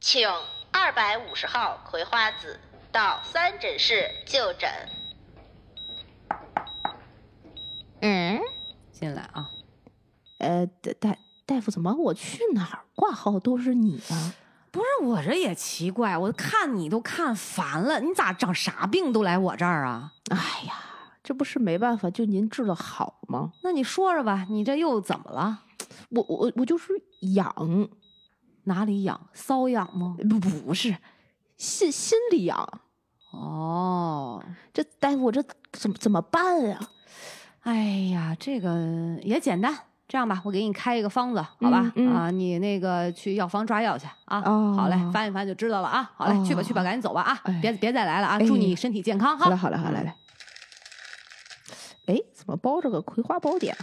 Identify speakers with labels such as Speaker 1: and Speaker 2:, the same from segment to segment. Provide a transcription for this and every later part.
Speaker 1: 请二百五十号葵花籽到三诊室就诊。
Speaker 2: 嗯，
Speaker 3: 进来啊，
Speaker 2: 呃，大大大夫，怎么我去哪儿挂号都是你啊？
Speaker 3: 不是我这也奇怪，我看你都看烦了，你咋长啥病都来我这儿啊？
Speaker 2: 哎呀，这不是没办法，就您治的好吗？
Speaker 3: 那你说说吧，你这又怎么了？
Speaker 2: 我我我就是痒，
Speaker 3: 哪里痒？瘙痒吗？
Speaker 2: 不不是，心心里痒。
Speaker 3: 哦，
Speaker 2: 这大夫，我这怎么怎么办啊呀、
Speaker 3: 哎呀，这个也简单。这样吧，我给你开一个方子，好吧？
Speaker 2: 嗯嗯
Speaker 3: 啊，你那个去药房抓药去啊。
Speaker 2: 哦
Speaker 3: 好嘞，翻一翻就知道了啊。好嘞，去吧
Speaker 2: 哦
Speaker 3: 去吧，赶紧走吧啊！
Speaker 2: 哎
Speaker 3: 别别再来了啊！
Speaker 2: 哎
Speaker 3: 祝你身体健康哈。
Speaker 2: 好嘞，嗯好嘞，好嘞，来。哎，怎么包着个葵花宝典？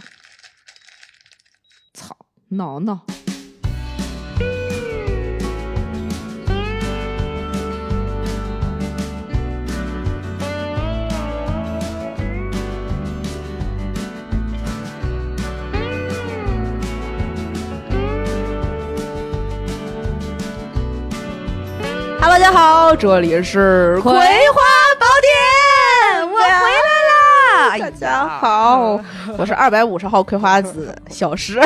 Speaker 2: 操，挠挠！哈喽，大家好，这里是葵花宝
Speaker 3: 嗯
Speaker 2: 典，我回来啦！哎大
Speaker 3: 哎
Speaker 2: 家好，
Speaker 3: 嗯
Speaker 2: 我是二百五十号葵花籽小石。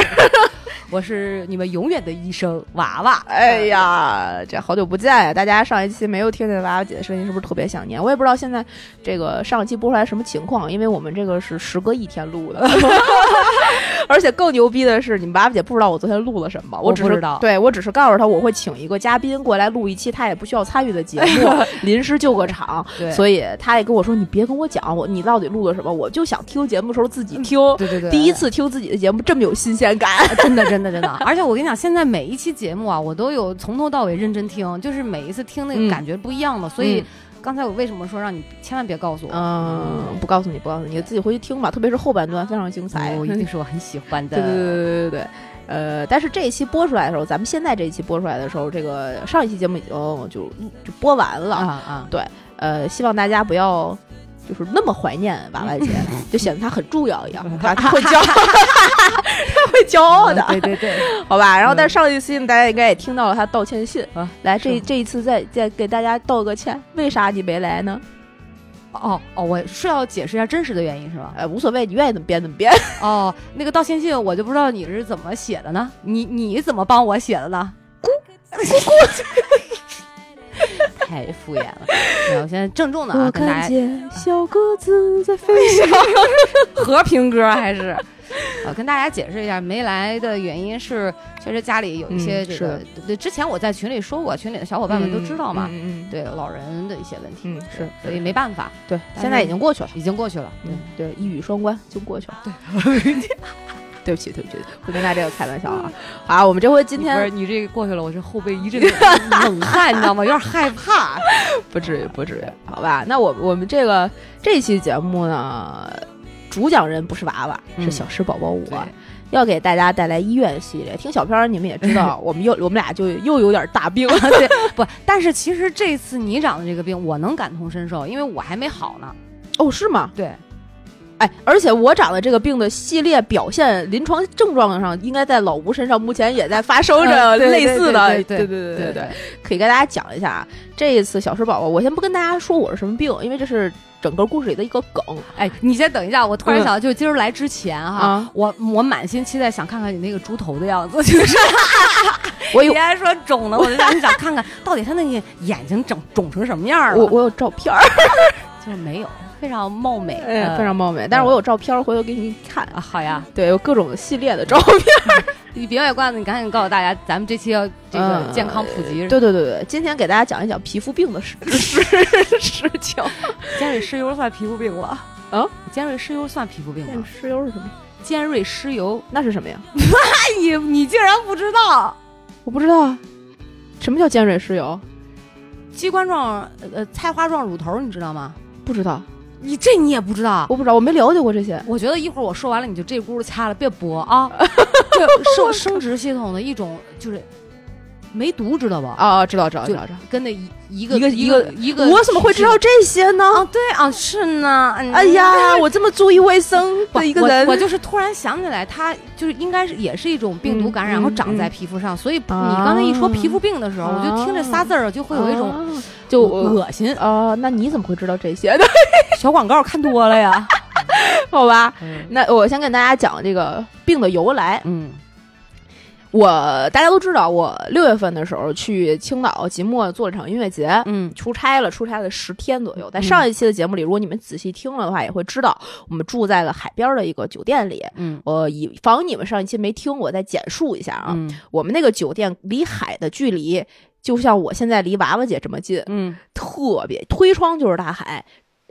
Speaker 3: 我是你们永远的医生娃娃。
Speaker 2: 哎呀，这好久不见呀！大家上一期没有听见娃娃姐的声音，是不是特别想念？我也不知道现在这个上一期播出来什么情况，因为我们这个是时隔一天 录的， 而且更牛逼的是，你们娃娃姐不知道我昨天录了什么，
Speaker 3: 我
Speaker 2: 只
Speaker 3: 不
Speaker 2: 是
Speaker 3: 知道
Speaker 2: 对我只是告诉她我会请一个嘉宾过来录一期她也不需要参与的节 目，临时救个场，
Speaker 3: 对
Speaker 2: 所以她也跟我说你别跟我讲我你到底录了什么，我就想听节目的时候自己听。
Speaker 3: 对嗯对对，嗯哎
Speaker 2: 第一次听自己的节目这么有新鲜感，
Speaker 3: 真的，真的，真 的。而且我跟你讲，现在每一期节目啊，我都有从头到尾认真听，就是每一次听那
Speaker 2: 嗯
Speaker 3: 个感觉不一样嘛。所以
Speaker 2: 嗯
Speaker 3: 刚才我为什么说让你千万别告诉我？
Speaker 2: 嗯，不告诉你，不告诉你，自己回去听吧。特别是后半段非常精彩。
Speaker 3: 嗯我一定是我很喜欢
Speaker 2: 对对对
Speaker 3: 的。
Speaker 2: 对对对。呃，但是这一期播出来的时候，咱们现在这一期播出来的时候，这个上一期节目已经就就播完了。
Speaker 3: 啊啊！
Speaker 2: 呃，希望大家不要就是那么怀念 娃娃姐，就显得她很重要一样，她她会骄傲，她会骄傲的，
Speaker 3: 哦对对对，
Speaker 2: 好吧？然后，
Speaker 3: 嗯
Speaker 2: 但是上一期大家应该也听到了她道歉信
Speaker 3: 啊。
Speaker 2: 来，这
Speaker 3: 是
Speaker 2: 这一次再再给大家道个歉，为啥你没来呢？
Speaker 3: 哦哦，我是要解释一下真实的原因是吧？
Speaker 2: 呃，无所谓，你愿意怎么编怎么编。
Speaker 3: 哦，那个道歉信我就不知道你是怎么写的呢？你你怎么帮我写的呢？咕咕咕！ 太敷衍了。没有我现在郑重的啊，跟大家
Speaker 2: 见小鸽子在 飞翔。
Speaker 3: 和平歌
Speaker 2: 嗯
Speaker 3: 还是？呃，跟大家解释一下，没来的原因是，确实家里有一些
Speaker 2: 嗯
Speaker 3: 这
Speaker 2: 是
Speaker 3: 个
Speaker 2: 的，
Speaker 3: 对，之前我在群里说过，群里的小伙
Speaker 2: 伙
Speaker 3: 伴们都知道嘛，
Speaker 2: 嗯，嗯
Speaker 3: 对老人的一些问题，
Speaker 2: 嗯是
Speaker 3: 所以没办法，
Speaker 2: 对，
Speaker 3: 但是
Speaker 2: 现在已经过去了。
Speaker 3: 已经过去了。
Speaker 2: 嗯，对，一语双关就过去了。对， 对不起，对不起，不跟大家这个开玩笑啊。好啊，我们这回今
Speaker 3: 不是
Speaker 2: 天
Speaker 3: 你这个过去了，我这后背一阵 冷汗，你知道吗？有点害怕。
Speaker 2: 不至于，不至于，好吧？那我我们这个这期节目呢，主讲人不是娃娃，是
Speaker 3: 嗯
Speaker 2: 小石宝宝啊我。
Speaker 3: 对，
Speaker 2: 要给大家带来医院系列。听小片儿你们也知 道，我们又我们俩就又有点大病。
Speaker 3: 对，不，但是其实这次你长的这个病，我能感同身受，因为我还没好呢。
Speaker 2: 哦，是吗？
Speaker 3: 对，
Speaker 2: 哎，而且我长的这个病的系列表现、临床症状上，应该在老吴身上目前也在发生着
Speaker 3: 呃对
Speaker 2: 类似的。
Speaker 3: 对对对
Speaker 2: 嗯对
Speaker 3: 对
Speaker 2: 对，可以给大家讲一下啊。这一次小石宝宝，我先不跟大家说我是什么病，因为这是整个故事里的一个梗。
Speaker 3: 哎，你先等一下，我突然
Speaker 2: 嗯
Speaker 3: 想到，就今儿来之前哈，
Speaker 2: 啊
Speaker 3: 我我满心期待想看看你那个猪头的样子， 就是
Speaker 2: 我有
Speaker 3: 别人说肿的，我就想想看看到底他那个眼睛整肿成什么样了。
Speaker 2: 我我有照片儿，
Speaker 3: 就是没有，非常貌美，
Speaker 2: 哎
Speaker 3: 呃
Speaker 2: 非常貌美，但是我有照片儿，回头给你看。
Speaker 3: 啊好呀。
Speaker 2: 对，有各种系列的照片。
Speaker 3: 你别卖关子，你赶紧告诉大家，咱们这期要这个
Speaker 2: 嗯
Speaker 3: 健康普及。
Speaker 2: 对对对对，今天给大家讲一讲皮肤病的事事事情。
Speaker 3: 尖锐湿疣算皮肤病了。
Speaker 2: 啊，
Speaker 3: 尖锐湿疣算皮肤病吗？
Speaker 2: 湿疣是什么？
Speaker 3: 尖锐湿疣，
Speaker 2: 那是什么呀？
Speaker 3: 哎，你你竟然不知道？
Speaker 2: 我不知道啊。什么叫尖锐湿疣？
Speaker 3: 鸡冠状呃呃菜花状乳头，你知道吗？
Speaker 2: 不知道，
Speaker 3: 你这你也不知道？
Speaker 2: 我不知道，我没了解过这些。
Speaker 3: 我觉得一会儿我说完了，你就这 轱辘掐了，别播啊！这是我生殖系统的一种，就是梅毒，知道吧？
Speaker 2: 哦，知道知道知
Speaker 3: 就
Speaker 2: 道知道。
Speaker 3: 跟那一一个
Speaker 2: 一个
Speaker 3: 一一个，
Speaker 2: 我怎么会知道这些呢？
Speaker 3: 啊？对啊，是呢。嗯
Speaker 2: 哎呀，我这么注意卫生
Speaker 3: 我
Speaker 2: 的一个人，
Speaker 3: 我，我就是突然想起来，它就是应该是也是一种病毒感染，
Speaker 2: 嗯
Speaker 3: 然后长在皮肤上。所以你刚才一说皮肤病的时候，
Speaker 2: 啊
Speaker 3: 我就听这仨字儿就会有一种
Speaker 2: 啊就
Speaker 3: 恶心。
Speaker 2: 哦，那你怎么会知道这些呢？
Speaker 3: 小广告看多了呀。
Speaker 2: 好吧，
Speaker 3: 嗯
Speaker 2: 那我先跟大家讲这个病的由来。
Speaker 3: 嗯
Speaker 2: 我大家都知道，我六月份的时候去青岛即墨做了场音乐节。
Speaker 3: 嗯
Speaker 2: 出差了，出差了十天左右。在上一期的节目里，如果你们仔细听了的话，也会知道我们住在了海边的一个酒店里。
Speaker 3: 嗯
Speaker 2: 我以防你们上一期没听，我再简述一下啊。
Speaker 3: 嗯
Speaker 2: 我们那个酒店离海的距离，就像我现在离娃娃姐这么近，
Speaker 3: 嗯
Speaker 2: 特别推窗就是大海，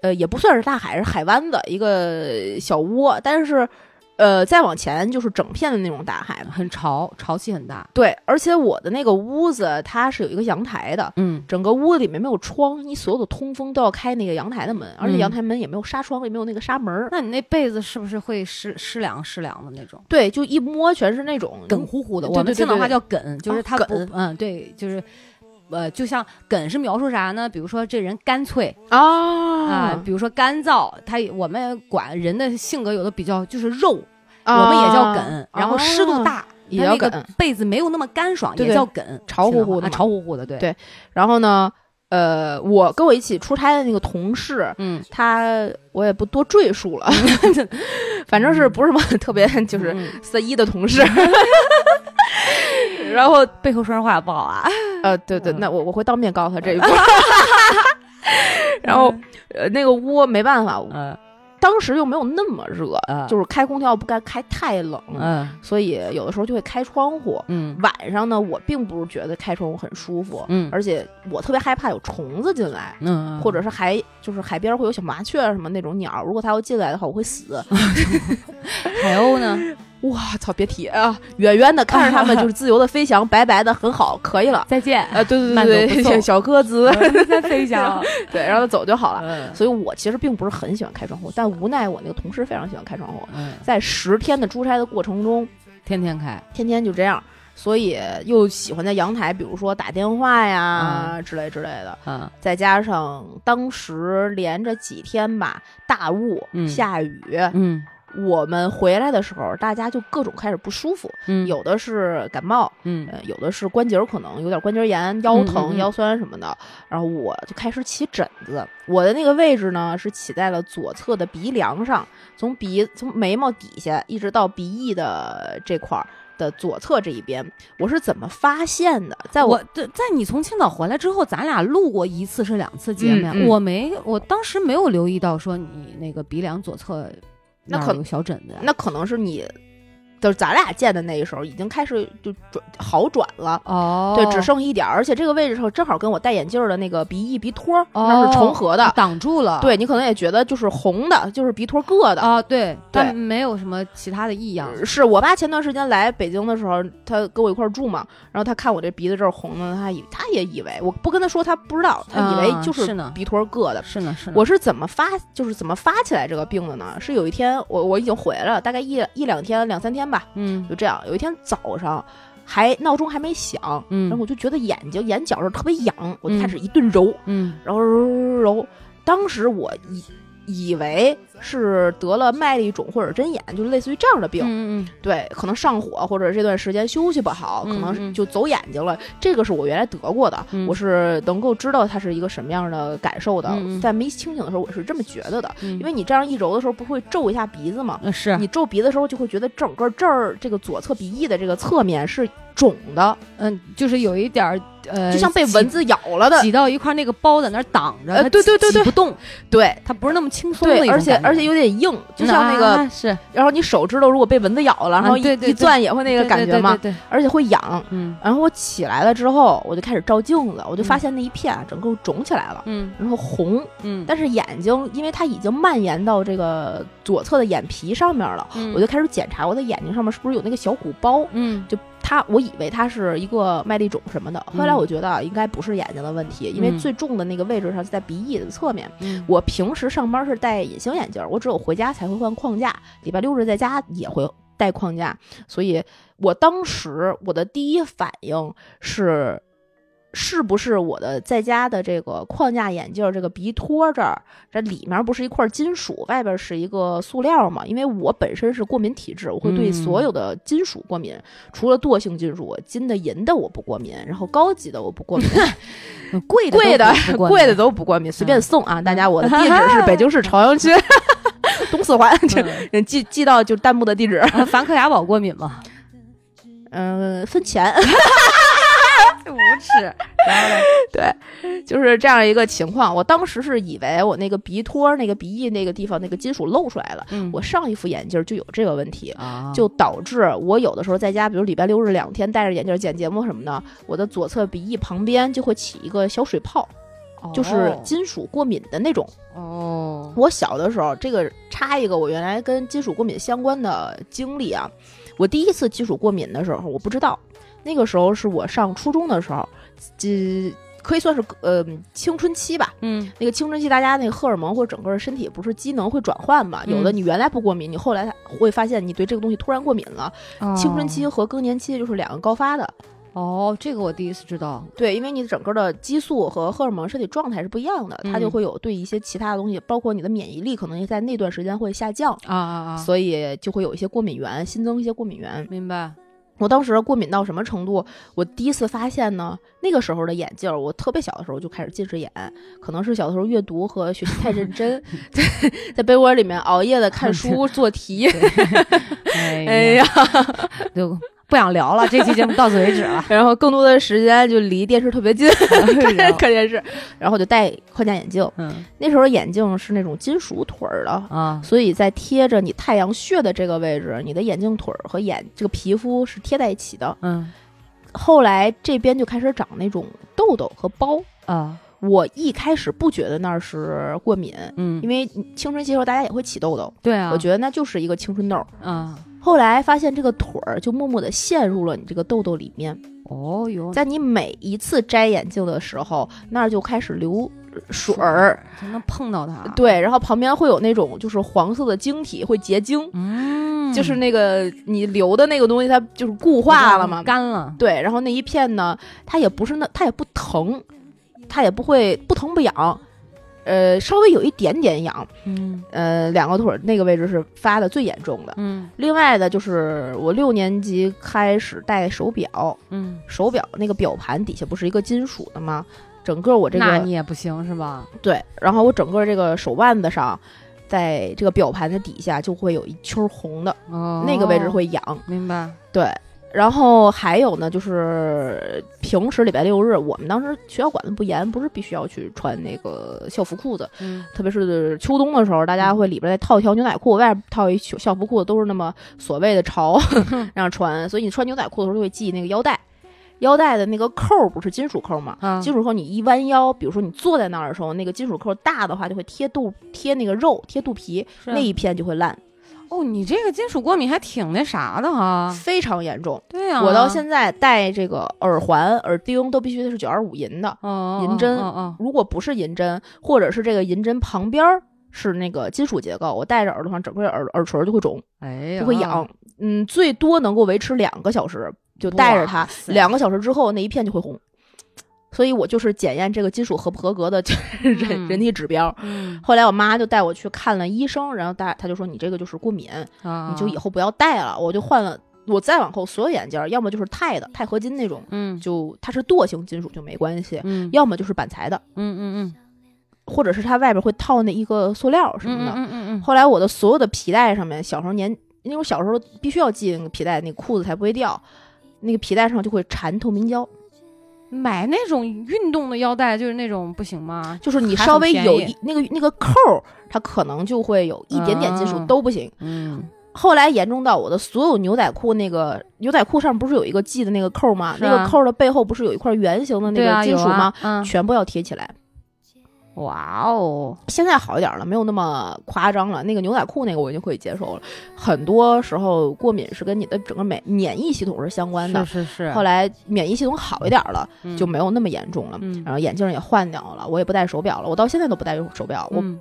Speaker 2: 呃，也不算是大海，是海湾的一个小窝，但是。呃，再往前就是整片的那种大海嘛。
Speaker 3: 很潮，潮气很大。
Speaker 2: 对，而且我的那个屋子它是有一个阳台的，
Speaker 3: 嗯
Speaker 2: 整个屋子里面没有窗，你所有的通风都要开那个阳台的门，而且
Speaker 3: 嗯
Speaker 2: 阳台门也没有纱窗，也没有那个纱门儿。
Speaker 3: 那你那被子是不是会湿湿凉湿凉的那种？
Speaker 2: 对，就一摸全是那种
Speaker 3: 梗乎乎的，
Speaker 2: 对
Speaker 3: 我们
Speaker 2: 对对
Speaker 3: 青岛
Speaker 2: 对
Speaker 3: 话
Speaker 2: 对
Speaker 3: 叫梗，就是
Speaker 2: 哦
Speaker 3: 他不
Speaker 2: 梗，
Speaker 3: 嗯，对，就是。呃，就像梗是描述啥呢？比如说这人干脆啊、
Speaker 2: 啊
Speaker 3: 比如说干燥，他也我们管人的性格有的比较就是肉，
Speaker 2: 啊
Speaker 3: 我们也叫梗，然后湿度
Speaker 2: 啊
Speaker 3: 大，
Speaker 2: 也
Speaker 3: 它
Speaker 2: 叫
Speaker 3: 那个
Speaker 2: 梗
Speaker 3: 被子没有那么干爽，
Speaker 2: 对
Speaker 3: 也
Speaker 2: 对
Speaker 3: 叫梗，
Speaker 2: 潮乎乎的
Speaker 3: 啊
Speaker 2: 嘛
Speaker 3: 潮乎乎的，对
Speaker 2: 对然后呢，呃，我跟我一起出差的那个同事，
Speaker 3: 嗯，
Speaker 2: 他我也不多赘述了， 反正是不是什么特别就是
Speaker 3: 嗯
Speaker 2: 三一的同事。然后
Speaker 3: 背后说人话不好啊，
Speaker 2: 呃，对对，
Speaker 3: 嗯
Speaker 2: 那我我会当面告诉他这 一块儿。 然后呃，那个屋没办法，
Speaker 3: 嗯
Speaker 2: 当时又没有那么热，
Speaker 3: 啊
Speaker 2: 就是开空调不该开太冷，
Speaker 3: 嗯
Speaker 2: 所以有的时候就会开窗户。
Speaker 3: 嗯
Speaker 2: 晚上呢，我并不是觉得开窗户很舒服，
Speaker 3: 嗯
Speaker 2: 而且我特别害怕有虫子进来，
Speaker 3: 嗯，
Speaker 2: 或者是海就是海边会有小麻雀啊什么那种鸟，如果它要进来的话，我会 死。
Speaker 3: 海鸥呢？
Speaker 2: 哇啊操，别提啊，远远的看着它们就是自由的飞翔，白白的很好，可以了。
Speaker 3: 再见，
Speaker 2: 啊，对对
Speaker 3: 慢
Speaker 2: 对
Speaker 3: 走不
Speaker 2: 对，
Speaker 3: 送
Speaker 2: 小小鸽子，
Speaker 3: 再飞翔，
Speaker 2: 对，让它走就好了。
Speaker 3: 嗯
Speaker 2: 所以我其实并不是很喜欢开窗户，但无奈我那个同事非常喜欢开窗户，
Speaker 3: 嗯，
Speaker 2: 在十天的出差的过程中，
Speaker 3: 天天开，
Speaker 2: 天天就这样，所以又喜欢在阳台，比如说打电话呀、之类之类的。
Speaker 3: 嗯
Speaker 2: 再加上当时连着几天吧，大雾、
Speaker 3: 嗯
Speaker 2: 下雨，
Speaker 3: 嗯
Speaker 2: 我们回来的时候，大家就各种开始不舒服，
Speaker 3: 嗯，
Speaker 2: 有的是感冒，
Speaker 3: 嗯
Speaker 2: 呃，有的是关节儿可能有点关节炎、腰
Speaker 3: 嗯
Speaker 2: 疼、
Speaker 3: 嗯嗯
Speaker 2: 腰酸什么的。然后我就开始起疹子，我的那个位置呢是起在了左侧的鼻梁上，从鼻从眉毛底下一直到鼻翼的这块儿的左侧这一边。我是怎么发现的？在我
Speaker 3: 我对，在你从青岛回来之后，咱俩录过一次是两次节目呀、
Speaker 2: 嗯嗯
Speaker 3: 我没，我当时没有留意到说你那个鼻梁左侧
Speaker 2: 那
Speaker 3: 儿
Speaker 2: 可
Speaker 3: 有小疹子呀。
Speaker 2: 那可能是你，就是咱俩见的那一时候已经开始就转好转了。
Speaker 3: 哦，
Speaker 2: 对，只剩一点儿，而且这个位置上正好跟我戴眼镜儿的那个鼻翼鼻托儿那是重合的，
Speaker 3: 哦挡住了。
Speaker 2: 对你可能也觉得就是红的，就是鼻托硌的。
Speaker 3: 啊、对，
Speaker 2: 对
Speaker 3: 但没有什么其他的异样。
Speaker 2: 是我爸前段时间来北京的时候，他跟我一块儿住嘛，然后他看我这鼻子这儿红的，他以他也以为我不跟他说，他不知道，他以为就
Speaker 3: 啊是呢
Speaker 2: 鼻托硌的。
Speaker 3: 是呢，是呢。
Speaker 2: 我是怎么发，就是怎么发起来这个病的呢？是有一天我我已经回来了，大概一一两天两三天吧，
Speaker 3: 嗯
Speaker 2: 就这样。有一天早上还闹钟还没响，
Speaker 3: 嗯，
Speaker 2: 然后我就觉得眼睛眼角这儿特别痒，我就开
Speaker 3: 嗯
Speaker 2: 始一顿揉，
Speaker 3: 嗯
Speaker 2: 然后揉揉揉，当时我以以为是得了麦粒肿或者针眼，就是类似于这样的病。
Speaker 3: 嗯嗯
Speaker 2: 对，可能上火或者这段时间休息不好，
Speaker 3: 嗯
Speaker 2: 可能
Speaker 3: 嗯
Speaker 2: 就走眼睛了。这个是我原来得过的，
Speaker 3: 嗯
Speaker 2: 我是能够知道它是一个什么样的感受的。
Speaker 3: 嗯嗯
Speaker 2: 在没清醒的时候，我是这么觉得的，
Speaker 3: 嗯，
Speaker 2: 因为你这样一揉的时候，不会皱一下鼻子吗？
Speaker 3: 呃是
Speaker 2: 你皱鼻子的时候，就会觉得整个这儿这个左侧鼻翼的这个侧面是肿的，
Speaker 3: 嗯，就是有一点儿呃，
Speaker 2: 就像被
Speaker 3: 挤
Speaker 2: 蚊子咬了的。
Speaker 3: 挤到一块儿，那个包在那儿挡着，
Speaker 2: 呃
Speaker 3: 它
Speaker 2: 对
Speaker 3: 挤
Speaker 2: 对对
Speaker 3: 挤
Speaker 2: 对
Speaker 3: 不动，
Speaker 2: 对
Speaker 3: 它不是那么轻松的一
Speaker 2: 对，
Speaker 3: 种
Speaker 2: 而且
Speaker 3: 感觉
Speaker 2: 而且有点硬，就像那个
Speaker 3: 啊是
Speaker 2: 然后你手指头如果被蚊子咬了，然后一、
Speaker 3: 嗯对对
Speaker 2: 一攥也会那个感觉嘛，
Speaker 3: 对对对对对
Speaker 2: 而且会痒。
Speaker 3: 嗯
Speaker 2: 然后我起来了之后，我就开始照镜子，我就发现那一片啊，整个肿起来了，
Speaker 3: 嗯
Speaker 2: 然后红，
Speaker 3: 嗯，
Speaker 2: 但是眼睛因为它已经蔓延到这个左侧的眼皮上面了，我就开始检查我的眼睛上面是不是有那个小鼓包。
Speaker 3: 嗯
Speaker 2: 就它，我以为它是一个麦粒肿什么的，后来
Speaker 3: 嗯
Speaker 2: 我觉得啊应该不是眼睛的问题，因为
Speaker 3: 嗯
Speaker 2: 最重的那个位置上是在鼻翼的侧面。
Speaker 3: 嗯
Speaker 2: 我平时上班是戴隐形眼镜儿，我只有回家才会换框架，礼拜六日在家也会带框架，所以我当时我的第一反应是。是不是我的在家的这个框架眼镜儿，这个鼻托这儿，这里面不是一块金属，外边是一个塑料嘛？因为我本身是过敏体质，我会对
Speaker 3: 嗯
Speaker 2: 所有的金属过敏，除了惰性金属，金的、银的我不过敏，然后高级的我不过敏，
Speaker 3: 贵的
Speaker 2: 贵的
Speaker 3: 都不、过
Speaker 2: 贵的
Speaker 3: 敏
Speaker 2: 都不过敏，随便送啊！大家，我的地址是北京市朝阳区东四
Speaker 3: 嗯
Speaker 2: 环，这寄寄到就弹幕的地址。
Speaker 3: 嗯啊凡克雅宝过敏 吗？
Speaker 2: 嗯，分钱，
Speaker 3: 无耻。然后呢？
Speaker 2: 就是这样一个情况。我当时是以为我那个鼻托、那个鼻翼那个地方那个金属露出来了，
Speaker 3: 嗯
Speaker 2: 我上一副眼镜就有这个问题。
Speaker 3: 啊
Speaker 2: 就导致我有的时候在家，比如礼拜六日两天戴着眼镜剪节目什么的，我的左侧鼻翼旁边就会起一个小水泡，就是金属过敏的那种。
Speaker 3: 哦，
Speaker 2: 我小的时候，这个插一个我原来跟金属过敏相关的经历啊。我第一次金属过敏的时候，我不知道，那个时候是我上初中的时候，这可以算是呃青春期吧。
Speaker 3: 嗯
Speaker 2: 那个青春期，大家那个荷尔蒙或者整个身体不是机能会转换嘛？有的
Speaker 3: 嗯
Speaker 2: 你原来不过敏，你后来会发现你对这个东西突然过敏了。
Speaker 3: 嗯
Speaker 2: 青春期和更年期就是两个高发的，
Speaker 3: 哦，这个我第一次知道。
Speaker 2: 对，因为你整个的激素和荷尔蒙身体状态是不一样的，它就
Speaker 3: 嗯
Speaker 2: 会有对一些其他的东西，包括你的免疫力可能也在那段时间会下降。
Speaker 3: 啊啊啊！
Speaker 2: 所以就会有一些过敏源，新增一些过敏源。
Speaker 3: 明白，
Speaker 2: 我当时过敏到什么程度？我第一次发现呢，那个时候的眼镜儿，我特别小的时候就开始近视眼，可能是小的时候阅读和学习太认真，在在被窝里面熬夜的看书做题。哎
Speaker 3: 哎
Speaker 2: 呀，，。
Speaker 3: 就不想聊了，这期节目到此为止了
Speaker 2: 然后更多的时间就离电视特别近，
Speaker 3: 啊
Speaker 2: 看 看电视，然后就戴框架眼镜。
Speaker 3: 哎嗯
Speaker 2: 那时候眼镜是那种金属腿儿的，
Speaker 3: 啊，
Speaker 2: 所以在贴着你太阳穴的这个位置，你的眼镜腿儿和眼这个皮肤是贴在一起的。
Speaker 3: 嗯
Speaker 2: 后来这边就开始长那种痘痘和包。
Speaker 3: 啊，
Speaker 2: 我一开始不觉得那是过敏，
Speaker 3: 嗯
Speaker 2: 因，为青春期的时候大家也会起痘痘，
Speaker 3: 对啊，
Speaker 2: 我觉得那就是一个青春痘。
Speaker 3: 得啊，
Speaker 2: 后来发现这个腿儿就默默的陷入了你这个痘痘里面，
Speaker 3: 哦哟，
Speaker 2: 在你每一次摘眼镜的时候，那儿就开始流呃水儿，
Speaker 3: 才能碰到它。，
Speaker 2: 对，然后旁边会有那种就是黄色的晶体会结晶，
Speaker 3: 嗯，
Speaker 2: 就是那个你流的那个东西它就是固化了嘛，
Speaker 3: 干了。
Speaker 2: 对，然后那一片呢，它也不是那，它也不疼，它也不会不疼不痒，呃，稍微有一点点痒，
Speaker 3: 嗯
Speaker 2: 呃，两个腿儿那个位置是发的最严重的。
Speaker 3: 嗯
Speaker 2: 另外的就是我六年级开始戴手表，
Speaker 3: 嗯，
Speaker 2: 手表那个表盘底下不是一个金属的吗？整个我这
Speaker 3: 那
Speaker 2: 个
Speaker 3: 你也不行是吧？
Speaker 2: 对，然后我整个这个手腕子上，在这个表盘的底下就会有一圈儿红的，
Speaker 3: 哦，
Speaker 2: 那个位置会痒。
Speaker 3: 明白。
Speaker 2: 对，然后还有呢，就是平时礼拜六日，我们当时学校管的不严，不是必须要去穿那个校服裤子，
Speaker 3: 嗯
Speaker 2: 特别是秋冬的时候，大家会里边再套一条牛仔裤，外边套一校校服裤子，都是那么所谓的潮那样穿，所以你穿牛仔裤的时候就会系那个腰带，腰带的那个扣儿不是金属扣吗？
Speaker 3: 啊，
Speaker 2: 金属扣你一弯腰，比如说你坐在那儿的时候，那个金属扣大的话就会贴肚贴那个肉贴肚皮，
Speaker 3: 是啊
Speaker 2: 那一片就会烂，
Speaker 3: 哦，你这个金属过敏还挺那啥的哈。
Speaker 2: 非常严重。
Speaker 3: 对呀、啊，
Speaker 2: 我到现在戴这个耳环、耳钉都必须得是九二五银的，
Speaker 3: 哦
Speaker 2: 银针
Speaker 3: 哦哦
Speaker 2: 如果不是银针，或者是这个银针旁边儿是那个金属结构，我戴着耳朵上，整个耳耳垂儿就会肿，
Speaker 3: 哦哎呀，
Speaker 2: 就会痒。嗯，最多能够维持两个小时，就戴着
Speaker 3: 哇
Speaker 2: 它，
Speaker 3: 塞
Speaker 2: 两个小时之后那一片就会红。所以我就是检验这个金属合不合格的就是
Speaker 3: 嗯
Speaker 2: 人、人体指标。
Speaker 3: 嗯，
Speaker 2: 后来我妈就带我去看了医生，然后大她就说你这个就是过敏，
Speaker 3: 啊，
Speaker 2: 你就以后不要戴了。我就换了，我再往后所有眼镜儿，要么就是钛的钛合金那种，
Speaker 3: 嗯
Speaker 2: 就它是惰性金属就没关系，
Speaker 3: 嗯
Speaker 2: 要么就是板材的，
Speaker 3: 嗯嗯嗯
Speaker 2: 或者是它外边会套那一个塑料什么的。
Speaker 3: 嗯嗯嗯
Speaker 2: 后来我的所有的皮带上面，小时候年，因为我小时候必须要系那个皮带，那个裤子才不会掉，那个皮带上就会缠透明胶，
Speaker 3: 嗯，买那种运动的腰带，就是那种不行吗？
Speaker 2: 就是你
Speaker 3: 还啊
Speaker 2: 稍
Speaker 3: 很
Speaker 2: 微
Speaker 3: 便
Speaker 2: 有
Speaker 3: 宜
Speaker 2: 一那个那个扣儿，它可能就会有一点点金属
Speaker 3: 啊
Speaker 2: 都不行。
Speaker 3: 嗯，
Speaker 2: 后来严重到我的所有牛仔裤那个牛仔裤上不是有一个系的那个扣吗？
Speaker 3: 是啊
Speaker 2: 那个扣的背后不是有一块圆形的那
Speaker 3: 对啊，
Speaker 2: 个金
Speaker 3: 有
Speaker 2: 属吗
Speaker 3: 啊？？嗯，
Speaker 2: 全部要贴起来。
Speaker 3: 哇哦，
Speaker 2: 现在好一点了，没有那么夸张了。那个牛仔裤那个我已经可以接受了。很多时候过敏是跟你的整个免免疫系统是相关的
Speaker 3: 是。是是，
Speaker 2: 后来免疫系统好一点了，
Speaker 3: 嗯
Speaker 2: 就没有那么严重了。
Speaker 3: 嗯
Speaker 2: 然后眼镜也换掉了，我也不戴手表了。我到现在都不戴手表。我
Speaker 3: 嗯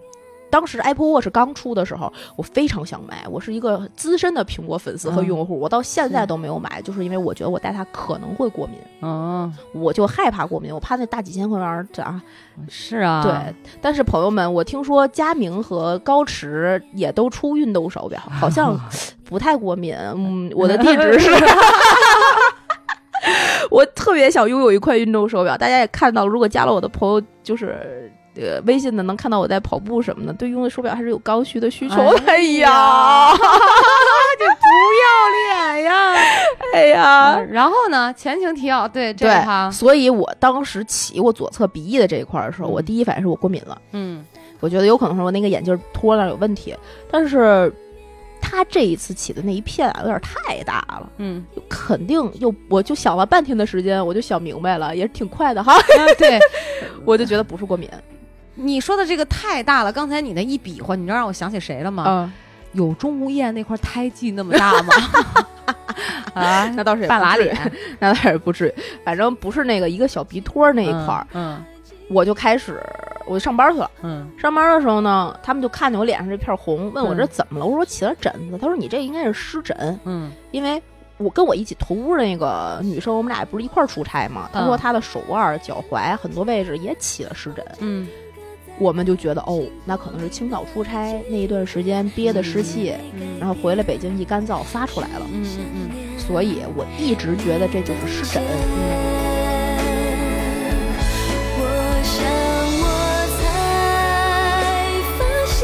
Speaker 2: 当时 Apple Watch 刚出的时候，我非常想买，我是一个资深的苹果粉丝和
Speaker 3: 嗯
Speaker 2: 用户，我到现在
Speaker 3: 是
Speaker 2: 都没有买，就是因为我觉得我戴它可能会过敏，
Speaker 3: 嗯，
Speaker 2: 我就害怕过敏，我怕那大几千块玩意儿这啊。
Speaker 3: 是啊，
Speaker 2: 对，但是朋友们，我听说佳明和高驰也都出运动手表，好像
Speaker 3: 啊
Speaker 2: 不太过 敏。嗯，我的地址是。我特别想拥有一块运动手表，大家也看到了，如果加了我的朋友，就是呃微信的，能看到我在跑步什么的，对运动手表还是有刚需的需求。
Speaker 3: 哎
Speaker 2: 哎呀
Speaker 3: 呀，不要脸呀！
Speaker 2: 哎呀，
Speaker 3: 嗯然后呢，前情提要，对这
Speaker 2: 对
Speaker 3: 个哈，
Speaker 2: 所以我当时起我左侧鼻翼的这一块儿的时候，我
Speaker 3: 嗯
Speaker 2: 第一反应是我过敏了。
Speaker 3: 嗯
Speaker 2: 我觉得有可能是我那个眼镜脱了有问题，但是它这一次起的那一片啊，有点太大了，
Speaker 3: 嗯，
Speaker 2: 就肯定又我就想了半天的时间，我就想明白了，也挺快的哈，
Speaker 3: 啊对，
Speaker 2: 我就觉得不是过敏，
Speaker 3: 你说的这个太大了。刚才你那一比划，你知道让我想起谁了吗？
Speaker 2: 嗯，
Speaker 3: 有钟无艳那块胎记那么大吗？ 啊，
Speaker 2: 那倒是也不
Speaker 3: 半拉
Speaker 2: 至于
Speaker 3: 脸，
Speaker 2: 那倒是也不至于，反正不是那个一个小鼻托 那一块儿，，
Speaker 3: 嗯
Speaker 2: 我就开始我就上班去了。
Speaker 3: 嗯
Speaker 2: 上班的时候呢，他们就看见我脸上这片红，问我
Speaker 3: 嗯
Speaker 2: 这怎么了？我说起了疹子。他说你这应该是湿疹，
Speaker 3: 嗯
Speaker 2: 因为我跟我一起同屋的那个女生，我们俩不是一块儿出差嘛？她
Speaker 3: 嗯
Speaker 2: 说她的手腕、脚踝很多位置也起了湿疹，
Speaker 3: 嗯
Speaker 2: 我们就觉得哦，那可能是青岛出差那一段时间憋的湿气，
Speaker 3: 嗯，
Speaker 2: 然后回来北京一干燥发出来了，
Speaker 3: 嗯嗯
Speaker 2: 所以我一直觉得这就是湿疹。
Speaker 4: 我想，我才发现，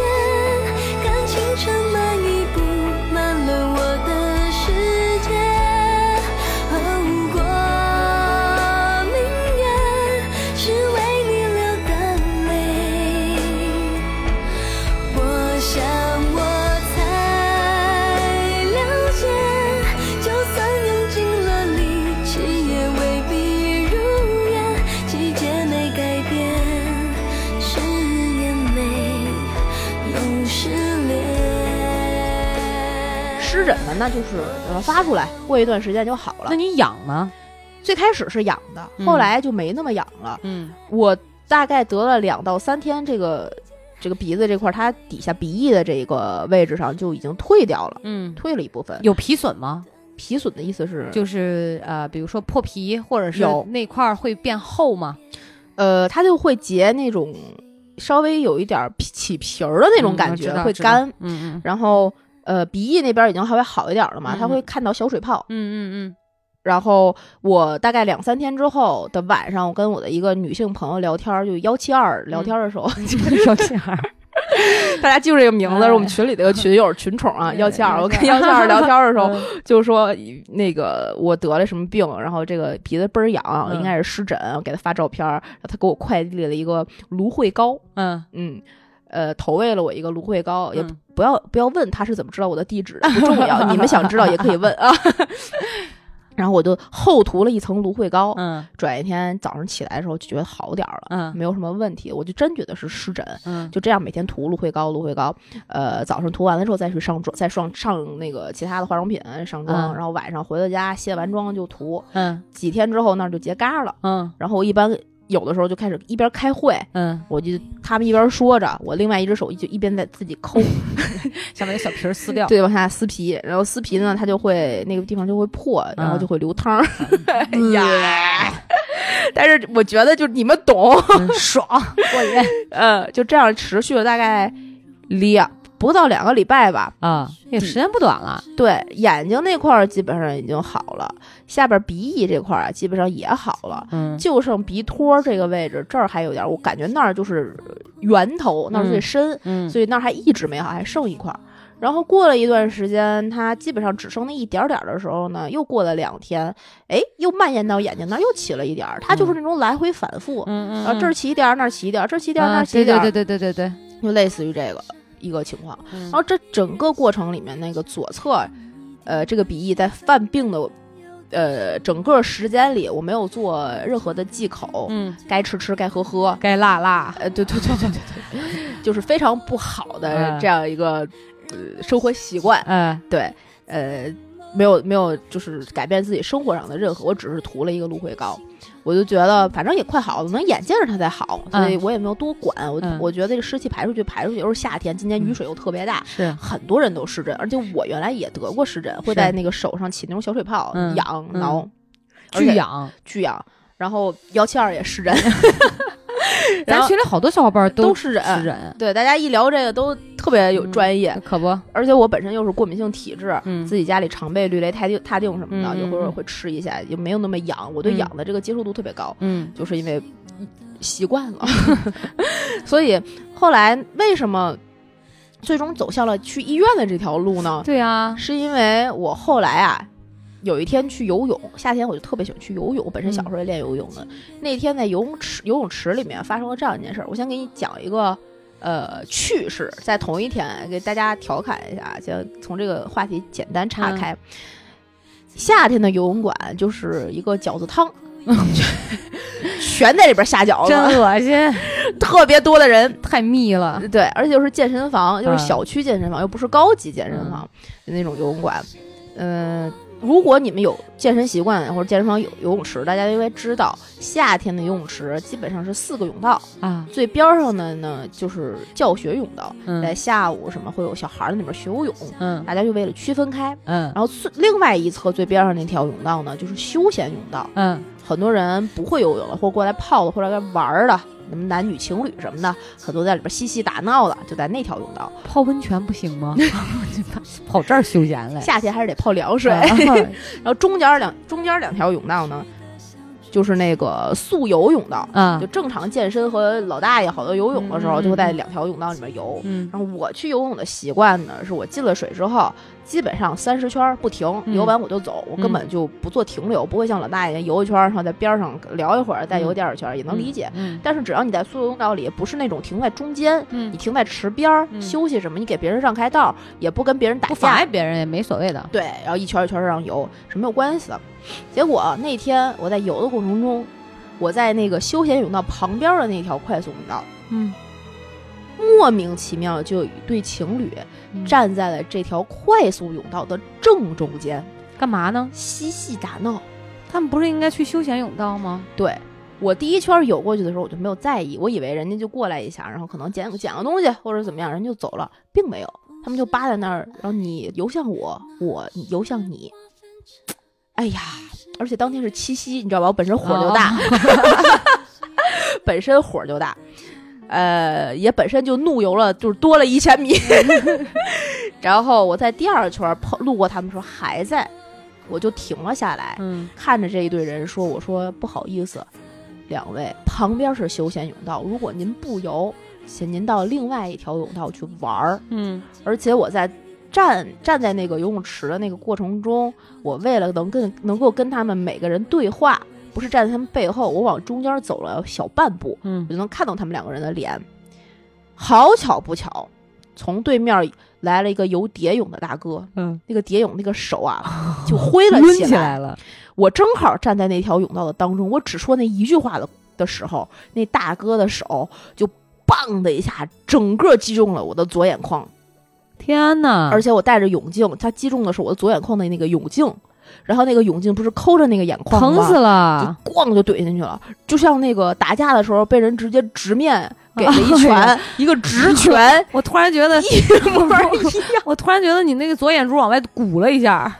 Speaker 4: 感情这么一步满了我的世界。哦，过明月是为你流的泪。我想，我才了解，就算用尽了力气，也未必如愿。季节没改变，誓言没有失联。
Speaker 2: 湿疹呢，那就是呃发出来，过一段时间就好了
Speaker 3: 那。你痒吗？
Speaker 2: 最开始是痒的，
Speaker 3: 嗯
Speaker 2: 后来就没那么痒了。
Speaker 3: 嗯
Speaker 2: 我大概得了两到三天，这个这个鼻子这块儿，它底下鼻翼的这个位置上就已经退掉了，
Speaker 3: 嗯，
Speaker 2: 退了一部分。
Speaker 3: 有皮损吗？
Speaker 2: 皮损的意思是，
Speaker 3: 就是呃，比如说破皮，或者是
Speaker 2: 有
Speaker 3: 那块儿会变厚吗？
Speaker 2: 呃，它就会结那种稍微有一点儿皮起皮儿的那种
Speaker 3: 嗯
Speaker 2: 感
Speaker 3: 我知
Speaker 2: 觉，
Speaker 3: 道
Speaker 2: 会
Speaker 3: 知道
Speaker 2: 干。
Speaker 3: 嗯嗯
Speaker 2: 然后呃，鼻翼那边已经稍微好一点儿了嘛，它
Speaker 3: 嗯
Speaker 2: 会看到小水泡。
Speaker 3: 嗯嗯
Speaker 2: 然后我大概两三天之后的晚上，我跟我的一个女性朋友聊天儿，就幺七二聊天儿的时候，
Speaker 3: 嗯，手指 儿，
Speaker 2: 大家记住这个名字，
Speaker 3: 哎
Speaker 2: 是我们群里的一个群友群宠啊，幺七二。
Speaker 3: 嗯
Speaker 2: 我跟幺七二聊天的时候，
Speaker 3: 嗯
Speaker 2: 就说那个我得了什么病，然后这个鼻子倍儿痒，
Speaker 3: 嗯
Speaker 2: 应该是湿疹，我给他发照片儿，然后他给我快递了一个芦荟膏，
Speaker 3: 嗯
Speaker 2: 嗯。呃，投喂了我一个芦荟膏，也
Speaker 3: 嗯
Speaker 2: 不要不要问他是怎么知道我的地址的， 不重要，你们想知道也可以问啊。 然后我就厚涂了一层芦荟膏，
Speaker 3: 嗯
Speaker 2: 转一天早上起来的时候就觉得好点儿了，
Speaker 3: 嗯
Speaker 2: 没有什么问题，我就真觉得是湿疹。
Speaker 3: 嗯，
Speaker 2: 就这样每天涂芦荟膏，芦荟膏，呃，早上涂完了之后再去上妆，再上上那个其他的化妆品上
Speaker 3: 嗯
Speaker 2: 妆，然后晚上回到家卸完妆就涂，
Speaker 3: 嗯
Speaker 2: 几天之后那儿就结痂了。
Speaker 3: 嗯
Speaker 2: 然后我一般有的时候就开始一边开会，
Speaker 3: 嗯，
Speaker 2: 我就他们一边说着，我另外一只手就一边在自己抠，
Speaker 3: 想把这小皮儿撕 掉。
Speaker 2: 对，往下撕皮，然后撕皮呢，它就会那个地方就会破，然后
Speaker 3: 嗯
Speaker 2: 就会流汤儿。哎呀， 但是我觉得就你们懂，
Speaker 3: 嗯爽过瘾
Speaker 2: 呃，就这样持续了大概两不到两个礼拜吧。
Speaker 3: 啊！也时间不短 了，
Speaker 2: 对，眼睛那块儿基本上已经好了，下边鼻翼这块儿啊基本上也好了，
Speaker 3: 嗯
Speaker 2: 就剩鼻托这个位置，这儿还有点儿，我感觉那儿就是源头，那儿最深，
Speaker 3: 嗯
Speaker 2: 所以那儿还一直没好，还剩一块儿。然后过了一段时间，它基本上只剩那一点儿点儿的时候呢，又过了两天，哎，又蔓延到眼睛那儿，又起了一点儿，它就是那种来回反复，
Speaker 3: 嗯
Speaker 2: 啊，这儿起一点儿，那儿起一点儿，这儿起一点儿，那
Speaker 3: 啊
Speaker 2: 儿起一点儿，嗯
Speaker 3: 对对对对对对，
Speaker 2: 就类似于这个一个情况。
Speaker 3: 嗯
Speaker 2: 然后这整个过程里面，那个左侧，呃，这个鼻翼在犯病的，呃，整个时间里，我没有做任何的忌口，
Speaker 3: 嗯，
Speaker 2: 该吃吃，该喝喝，
Speaker 3: 该辣辣，
Speaker 2: 呃，对对对对对对，就是非常不好的
Speaker 3: 嗯
Speaker 2: 这样一个、呃、生活习惯，
Speaker 3: 嗯
Speaker 2: 对，呃呃。没有没有，就是改变自己生活上的任何，我只是涂了一个芦荟膏，我就觉得反正也快好了，能眼见着它才好，
Speaker 3: 嗯
Speaker 2: 所以我也没有多管。我、
Speaker 3: 嗯
Speaker 2: 我觉得这个湿气排出去，排出去又是夏天，今年雨水又特别大，
Speaker 3: 是
Speaker 2: 很多人都湿疹，而且我原来也得过湿疹，会
Speaker 3: 是
Speaker 2: 在那个手上起那种小水泡，
Speaker 3: 嗯
Speaker 2: 痒
Speaker 3: 嗯
Speaker 2: 挠，而
Speaker 3: 巨
Speaker 2: 且
Speaker 3: 痒。
Speaker 2: 巨痒。然后幺七二也湿疹，然
Speaker 3: 咱
Speaker 2: 后
Speaker 3: 群里好多小伙伴
Speaker 2: 都
Speaker 3: 都
Speaker 2: 是
Speaker 3: 湿
Speaker 2: 人。
Speaker 3: 疹，
Speaker 2: 对，大家一聊这个都特别有
Speaker 3: 嗯
Speaker 2: 专业，
Speaker 3: 可不，
Speaker 2: 而且我本身又是过敏性体质，
Speaker 3: 嗯
Speaker 2: 自己家里常备氯雷泰定、他定什么的，
Speaker 3: 嗯嗯
Speaker 2: 有时候
Speaker 3: 嗯
Speaker 2: 会吃一下，也没有那么痒。我对
Speaker 3: 嗯
Speaker 2: 痒的这个接受度特别高，
Speaker 3: 嗯
Speaker 2: 就是因为习惯了。
Speaker 3: 嗯
Speaker 2: 所以后来为什么最终走向了去医院的这条路呢？
Speaker 3: 对啊，
Speaker 2: 是因为我后来啊。有一天去游泳，夏天我就特别喜欢去游泳。我本身小时候也练游泳的。那天在游泳池游泳池里面发生了这样一件事儿，我先给你讲一个呃趣事，在同一天给大家调侃一下，就从这个话题简单岔开。夏天的游泳馆就是一个饺子汤，全在里边下饺
Speaker 3: 真
Speaker 2: 子，
Speaker 3: 恶心，
Speaker 2: 特别多的人，
Speaker 3: 太密 了。
Speaker 2: 对，而且又是健身房，就是
Speaker 3: 啊嗯
Speaker 2: 小区健身房，又不是高级健身房、那种游泳馆。嗯、如果你们有健身习惯或者健身房有游泳池，大家应该知道，夏天的游泳池基本上是四个泳道，
Speaker 3: 啊，
Speaker 2: 最边儿上的呢就是教学泳道，在
Speaker 3: 嗯
Speaker 2: 下午什么会有小孩儿在里面学游泳，
Speaker 3: 嗯
Speaker 2: 大家就为了区分开。
Speaker 3: 嗯
Speaker 2: 然后最另外一侧最边上那条泳道呢，就是休闲泳道，
Speaker 3: 嗯，
Speaker 2: 很多人不会游泳的，或者过来泡的，或者来玩儿的，什么男女情侣什么的，很多在里边嬉戏打闹的，就在那条泳道。
Speaker 3: 泡温泉不行吗？就跑 跑这儿休闲来，
Speaker 2: 夏天还是得泡凉水。
Speaker 3: 啊
Speaker 2: 然后中间两中间两条泳道呢，就是那个速游泳 道，
Speaker 3: 啊
Speaker 2: 就，正常健身和老大爷好多游泳的时候，
Speaker 3: 嗯
Speaker 2: 就会在两条泳道里面游。
Speaker 3: 嗯
Speaker 2: 然后我去游泳的习惯呢，是我进了水之后，基本上三十圈儿不停，
Speaker 3: 嗯
Speaker 2: 游完我就走，我根本就不做停留，不会像老大爷游一圈儿，然后在边上聊一会儿，再游第二圈儿，也能理解。
Speaker 3: 嗯
Speaker 2: 但是只要你在速游泳道里，不是那种停在中间，你
Speaker 3: 嗯，
Speaker 2: 停在池边儿、
Speaker 3: 嗯
Speaker 2: 休息什么，你给别人让开道，也不跟别人打
Speaker 3: 不
Speaker 2: 架
Speaker 3: 妨，碍别人也没所谓的。
Speaker 2: 对，然后一圈儿一圈儿让游是没有关系的。结果那天我在游的过程中，我在那个休闲泳道旁边的那条快速泳道，
Speaker 3: 嗯，
Speaker 2: 莫名其妙就有一对情侣
Speaker 3: 嗯
Speaker 2: 站在了这条快速泳道的正中间，
Speaker 3: 干嘛呢？
Speaker 2: 嬉戏打闹。
Speaker 3: 他们不是应该去休闲泳道吗？
Speaker 2: 对我第一圈儿游过去的时候，我就没有在意，我以为人家就过来一下，然后可能捡捡个东西或者怎么样，人就走了，并没有。他们就扒在那儿，然后你游向我，我游向你。哎呀，而且当天是七夕，你知道吧？我本身火就大， 本身火就大，呃，也本身就怒游了，就是多了一千米。 然后我在第二圈碰路过他们的时候还在，我就停了下来，
Speaker 3: 嗯
Speaker 2: 看着这一队人说：“我说不好意思，两位，旁边是休闲泳道，如果您不游，请您到另外一条泳道去玩儿。
Speaker 3: 嗯
Speaker 2: 而且我在站站在那个游泳池的那个过程中，我为了能跟能够跟他们每个人对话，不是站在他们背后，我往中间走了小半步，
Speaker 3: 嗯
Speaker 2: 我就能看到他们两个人的脸。好巧不巧，从对面来了一个游蝶泳的大哥，
Speaker 3: 嗯，
Speaker 2: 那个蝶泳那个手啊就挥了
Speaker 3: 抡
Speaker 2: 起
Speaker 3: 起
Speaker 2: 来。
Speaker 3: 来了。
Speaker 2: 我正好站在那条甬道的当中，我只说那一句话的的时候，那大哥的手就棒的一下，整个击中了我的左眼眶，
Speaker 3: 天哪！
Speaker 2: 而且我戴着泳镜，他击中的是我的左眼眶的那个泳镜，然后那个泳镜不是抠着那个眼眶吗
Speaker 3: 疼死了，
Speaker 2: 就咣就怼进去了，就像那个打架的时候被人直接直面给了一 拳，
Speaker 3: 哎
Speaker 2: 一个直拳
Speaker 3: ，我突然觉得，
Speaker 2: 一模一样，
Speaker 3: 我突然觉得你那个左眼珠往外鼓了一下。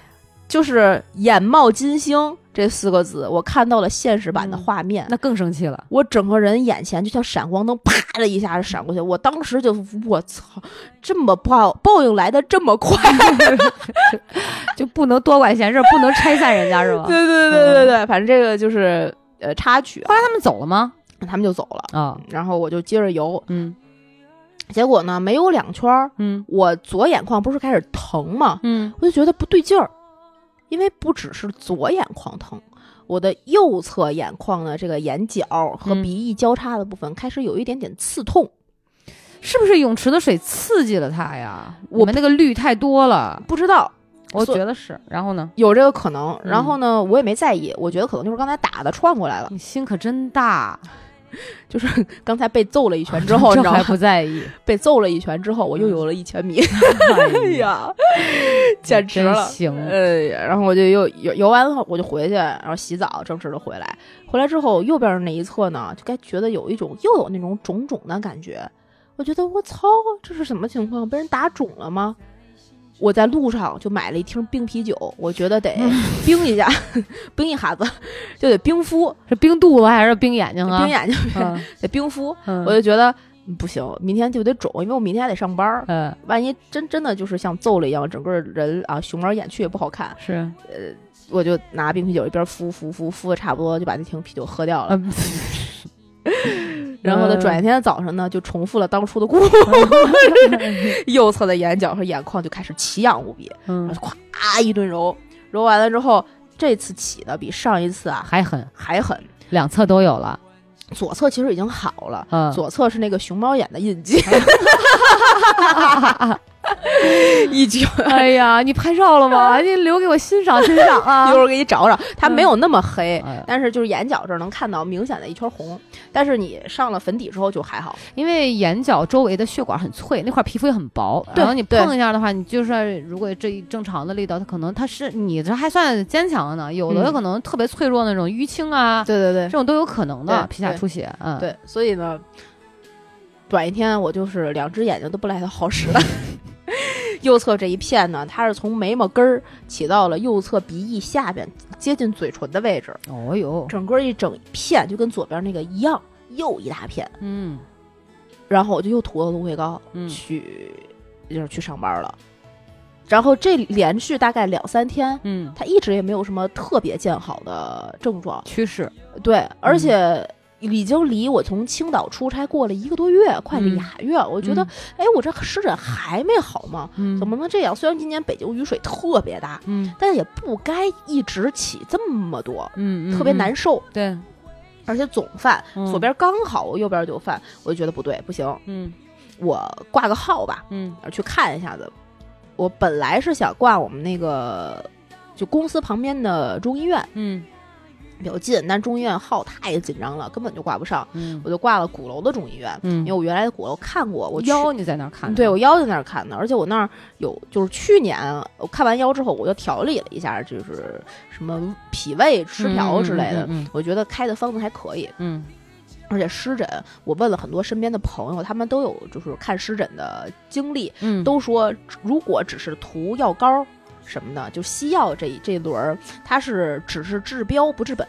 Speaker 2: 就是眼冒金星这四个字，我看到了现实版的
Speaker 3: 嗯
Speaker 2: 画面，
Speaker 3: 那更生气了。
Speaker 2: 我整个人眼前就像闪光灯，啪的一下子闪过去。我当时就我操，这么报报应来的这么快！
Speaker 3: 就不能多管闲事，不能拆散人家是吧？
Speaker 2: 对对对对对，反正这个就是呃插曲啊
Speaker 3: 后，来他们走了吗？
Speaker 2: 他们就走了。
Speaker 3: 啊，
Speaker 2: 然后我就接着游，
Speaker 3: 嗯
Speaker 2: 结果呢，没游两圈儿，
Speaker 3: 嗯
Speaker 2: 我左眼眶不是开始疼吗？
Speaker 3: 嗯
Speaker 2: 我就觉得不对劲儿，因为不只是左眼眶疼，我的右侧眼眶的这个眼角和
Speaker 3: 嗯
Speaker 2: 鼻翼交叉的部分开始有一点点刺痛。
Speaker 3: 是不是泳池的水刺激了他呀？
Speaker 2: 我
Speaker 3: 我们那个氯太多了，
Speaker 2: 不知道
Speaker 3: 我
Speaker 2: 所
Speaker 3: 觉得是。然后呢？
Speaker 2: 有这个可
Speaker 3: 嗯
Speaker 2: 能。然后呢，我也没在意，我觉得可能就是刚才打的串过来了。
Speaker 3: 你心可真大，
Speaker 2: 就是刚才被揍了一拳之后， 你知
Speaker 3: 这
Speaker 2: 道
Speaker 3: 还嗯
Speaker 2: 吗？
Speaker 3: 不在意，
Speaker 2: 被揍了一拳之后，我又有了一千米， 哎呀， 简直
Speaker 3: 嗯真
Speaker 2: 了！
Speaker 3: 行
Speaker 2: 呃，然后我就又游游完了，我就回去，然后洗澡，正式的回来。回来之后，右边那一侧呢，就该觉得有一种又有那种肿肿的感觉。我觉得我操，这是什么情况？被人打肿了吗？我在路上就买了一听冰啤酒，我觉得得
Speaker 3: 嗯
Speaker 2: 冰一下， 冰一下子，就得冰敷，
Speaker 3: 是冰肚子还是冰眼睛啊？
Speaker 2: 冰 眼睛，
Speaker 3: 嗯，
Speaker 2: 得冰敷。
Speaker 3: 嗯
Speaker 2: 我就觉得嗯不行，明天就得肿，因为我明天还得上班儿。
Speaker 3: 嗯
Speaker 2: 万一真真的就是像揍了一样，整个人啊熊猫眼去也不好看，
Speaker 3: 是
Speaker 2: 我就拿冰啤酒一边敷敷敷敷的差不多，就把那瓶啤酒喝掉了。
Speaker 3: 嗯，
Speaker 2: 然后呢，
Speaker 3: 嗯
Speaker 2: 转一天的早上呢，就重复了当初的故事， 右侧的眼角和眼眶就开始奇痒无比，然后
Speaker 3: 嗯
Speaker 2: 就咵一顿揉，揉完了之后，这次起的比上一次啊
Speaker 3: 还狠，
Speaker 2: 还狠，
Speaker 3: 两侧都有了，
Speaker 2: 左侧其实已经好了，
Speaker 3: 嗯，
Speaker 2: 左侧是那个熊猫眼的印记，一揪。
Speaker 3: 哎呀，你拍照了吗？你留给我欣赏欣赏啊
Speaker 2: 一！会儿给你找找，它没有那么黑，
Speaker 3: 哎
Speaker 2: 但是就是眼角这儿能看到明显的一圈红，但是你上了粉底之后就还好。
Speaker 3: 因为眼角周围的血管很脆，那块皮肤也很薄，
Speaker 2: 对
Speaker 3: 然后你
Speaker 2: 对
Speaker 3: 碰一下的话，你就是如果这一正常的力道，它可能它是你这还算坚强的呢，有的
Speaker 2: 嗯
Speaker 3: 可能特别脆弱那种淤青啊，
Speaker 2: 对对对
Speaker 3: 这，种都有可能的，
Speaker 2: 对
Speaker 3: 皮下
Speaker 2: 对
Speaker 3: 出血，嗯，，
Speaker 2: 对，所以呢，短一天我就是两只眼睛都不赖它好使了。 右侧这一片呢，它是从眉毛根儿起到了右侧鼻翼下边接近嘴唇的位置，
Speaker 3: 哦呦，
Speaker 2: 整个一整片就跟左边那个一样，又一大片。
Speaker 3: 嗯
Speaker 2: 然后我就又涂了芦荟膏，
Speaker 3: 嗯
Speaker 2: 去就是去上班了。然后这连续大概两三天，
Speaker 3: 嗯，
Speaker 2: 他一直也没有什么特别见好的症状，
Speaker 3: 趋势，
Speaker 2: 对，而且已经离我从青岛出差过了一个多月，快
Speaker 3: 嗯
Speaker 2: 俩月，我觉得，哎，我这湿疹还没好吗？
Speaker 3: 嗯，
Speaker 2: 怎么能这样？虽然今年北京雨水特别大，
Speaker 3: 嗯，
Speaker 2: 但也不该一直起这么多，
Speaker 3: 嗯嗯，
Speaker 2: 特别
Speaker 3: 嗯
Speaker 2: 难，受，
Speaker 3: 对，
Speaker 2: 而且总犯，
Speaker 3: 嗯
Speaker 2: 左边刚好，我右边就犯，我就觉得不对，不行，
Speaker 3: 嗯
Speaker 2: 我挂个号吧，
Speaker 3: 嗯
Speaker 2: 去看一下子。我本来是想挂我们那个就公司旁边的中医院。
Speaker 3: 嗯
Speaker 2: 比较近，但中医院号太紧张了，根本就挂不上。
Speaker 3: 嗯
Speaker 2: 我就挂了鼓楼的中医院，
Speaker 3: 嗯，
Speaker 2: 因为我原来的鼓楼看过，我去
Speaker 3: 腰你在那儿看，嗯
Speaker 2: 对我，腰在那儿看的，而且我那儿有就是去年我看完腰之后，我又调理了一下，就是什么脾胃失调之类的。
Speaker 3: 嗯嗯嗯嗯
Speaker 2: 我觉得开的方子还可以，
Speaker 3: 嗯
Speaker 2: 而且湿疹，我问了很多身边的朋友，他们都有就是看湿疹的经历，
Speaker 3: 嗯，
Speaker 2: 都说如果只是涂药膏什么的，就西药这一这一轮儿，它是只是治标不治本。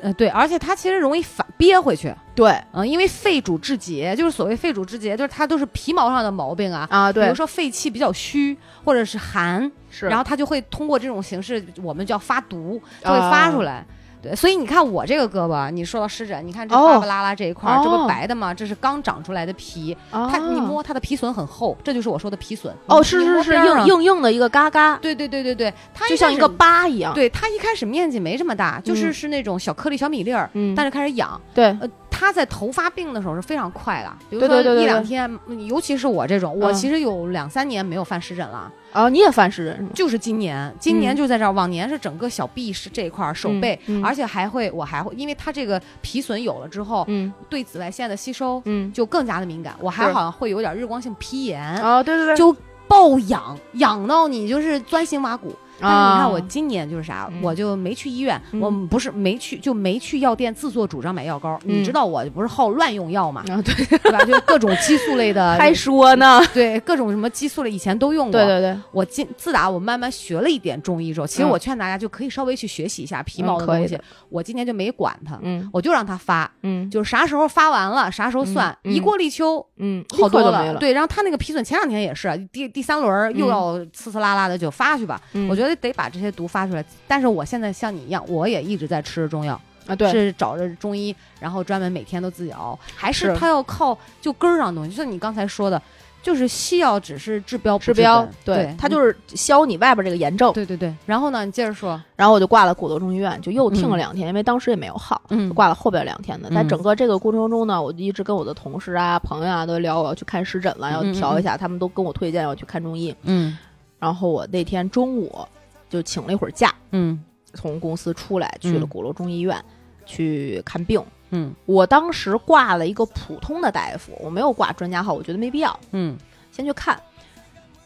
Speaker 3: 呃对，而且它其实容易反憋回去，
Speaker 2: 对，
Speaker 3: 嗯，因为肺主治节，就是所谓肺主治节，就是它都是皮毛上的毛病啊。
Speaker 2: 啊，
Speaker 3: 比
Speaker 2: 对
Speaker 3: 如，说肺气比较虚，或者是寒，
Speaker 2: 是
Speaker 3: 然后它就会通过这种形式，我们叫发毒，就
Speaker 2: 哦
Speaker 3: 会发出来。对，所以你看我这个胳膊，你说到湿疹，你看这
Speaker 2: 哦
Speaker 3: 巴巴拉拉这一块儿，这
Speaker 2: 哦
Speaker 3: 不白的吗？这是刚长出来的皮，它你摸它的皮损很厚，这就是我说的皮损。
Speaker 2: 啊哦，
Speaker 3: 你
Speaker 2: 是
Speaker 3: 你摸
Speaker 2: 是是
Speaker 3: 边儿
Speaker 2: 硬
Speaker 3: 啊。
Speaker 2: 硬硬的一个嘎嘎，
Speaker 3: 对对对对对，它
Speaker 2: 就像一
Speaker 3: 开
Speaker 2: 个
Speaker 3: 始
Speaker 2: 疤一样。
Speaker 3: 对它一开始面积没这么大，就是
Speaker 2: 嗯
Speaker 3: 是那种小颗粒小米粒儿，
Speaker 2: 嗯
Speaker 3: 但是开始痒，
Speaker 2: 对
Speaker 3: 呃，他在头发病的时候是非常快的，比如
Speaker 2: 对
Speaker 3: 说
Speaker 2: 对对对
Speaker 3: 一两
Speaker 2: 对
Speaker 3: 天，嗯尤其是我这种，我
Speaker 2: 嗯
Speaker 3: 其实有两三年没有犯湿疹了，
Speaker 2: 啊，你也犯湿疹是吗？
Speaker 3: 就是今年，今年
Speaker 2: 嗯
Speaker 3: 就在这儿，往年是整个小臂是这一块儿手
Speaker 2: 嗯
Speaker 3: 背，
Speaker 2: 嗯
Speaker 3: 而且还会我还会，因为它这个皮损有了之后，
Speaker 2: 嗯
Speaker 3: 对紫外线的吸收
Speaker 2: 嗯，
Speaker 3: 就更加的敏感，我还
Speaker 2: 是
Speaker 3: 好像会有点日光性皮炎，
Speaker 2: 啊，对对对，
Speaker 3: 就爆痒，痒到你就是钻心挖骨。但是你
Speaker 2: 啊
Speaker 3: 看我今年就是啥，
Speaker 2: 嗯
Speaker 3: 我就没去医院，
Speaker 2: 嗯
Speaker 3: 我不是没去，就没去药店自作主张买药膏。
Speaker 2: 嗯
Speaker 3: 你知道我不是好乱用药嘛，
Speaker 2: 啊，对，
Speaker 3: 对吧？就各种激素类的，
Speaker 2: 还说啊呢，
Speaker 3: 对各种什么激素类，以前都用过。
Speaker 2: 对对对，
Speaker 3: 我今自打我慢慢学了一点中医之后，其实
Speaker 2: 嗯
Speaker 3: 我劝大家就可以稍微去学习一下皮毛
Speaker 2: 嗯
Speaker 3: 的
Speaker 2: 可以
Speaker 3: 东西。
Speaker 2: 的
Speaker 3: 我今年就没管它，
Speaker 2: 嗯
Speaker 3: 我就让它发，
Speaker 2: 嗯
Speaker 3: 就是啥时候发完了，啥时候算。
Speaker 2: 嗯嗯
Speaker 3: 一过立秋，
Speaker 2: 嗯，
Speaker 3: 好多
Speaker 2: 立刻就没了，
Speaker 3: 对，然后他那个皮损前两天也是，第第三轮儿又要呲呲啦啦的就发去吧。
Speaker 2: 嗯
Speaker 3: 我觉得得把这些毒发出来。但是我现在像你一样，我也一直在吃中药，
Speaker 2: 啊，对，
Speaker 3: 是找着中医，然后专门每天都自己熬，还是
Speaker 2: 是
Speaker 3: 它要靠就根儿上的东西，就像你刚才说的，就是西药只是治标不
Speaker 2: 治
Speaker 3: 治
Speaker 2: 标
Speaker 3: 本，
Speaker 2: 对
Speaker 3: 对，，
Speaker 2: 它
Speaker 3: 嗯
Speaker 2: 就是消你外边这个炎症。
Speaker 3: 对对对。然后呢，你接着说，
Speaker 2: 然后我就挂了鼓楼中医院，就又听
Speaker 3: 嗯
Speaker 2: 了两天，因为当时也没有好。
Speaker 3: 嗯，
Speaker 2: 挂了后边两天的，在
Speaker 3: 嗯
Speaker 2: 整个这个过程中呢，我就一直跟我的同事啊、朋友啊都聊，我要去看湿疹了，要
Speaker 3: 嗯嗯
Speaker 2: 调一下，他们都跟我推荐要去看中医。
Speaker 3: 嗯
Speaker 2: 然后我那天中午就请了一会儿假，
Speaker 3: 嗯
Speaker 2: 从公司出来去了
Speaker 3: 嗯
Speaker 2: 鼓楼中医院、去看病。
Speaker 3: 嗯
Speaker 2: 我当时挂了一个普通的大夫，我没有挂专家号，我觉得没必要，
Speaker 3: 嗯
Speaker 2: 先去看，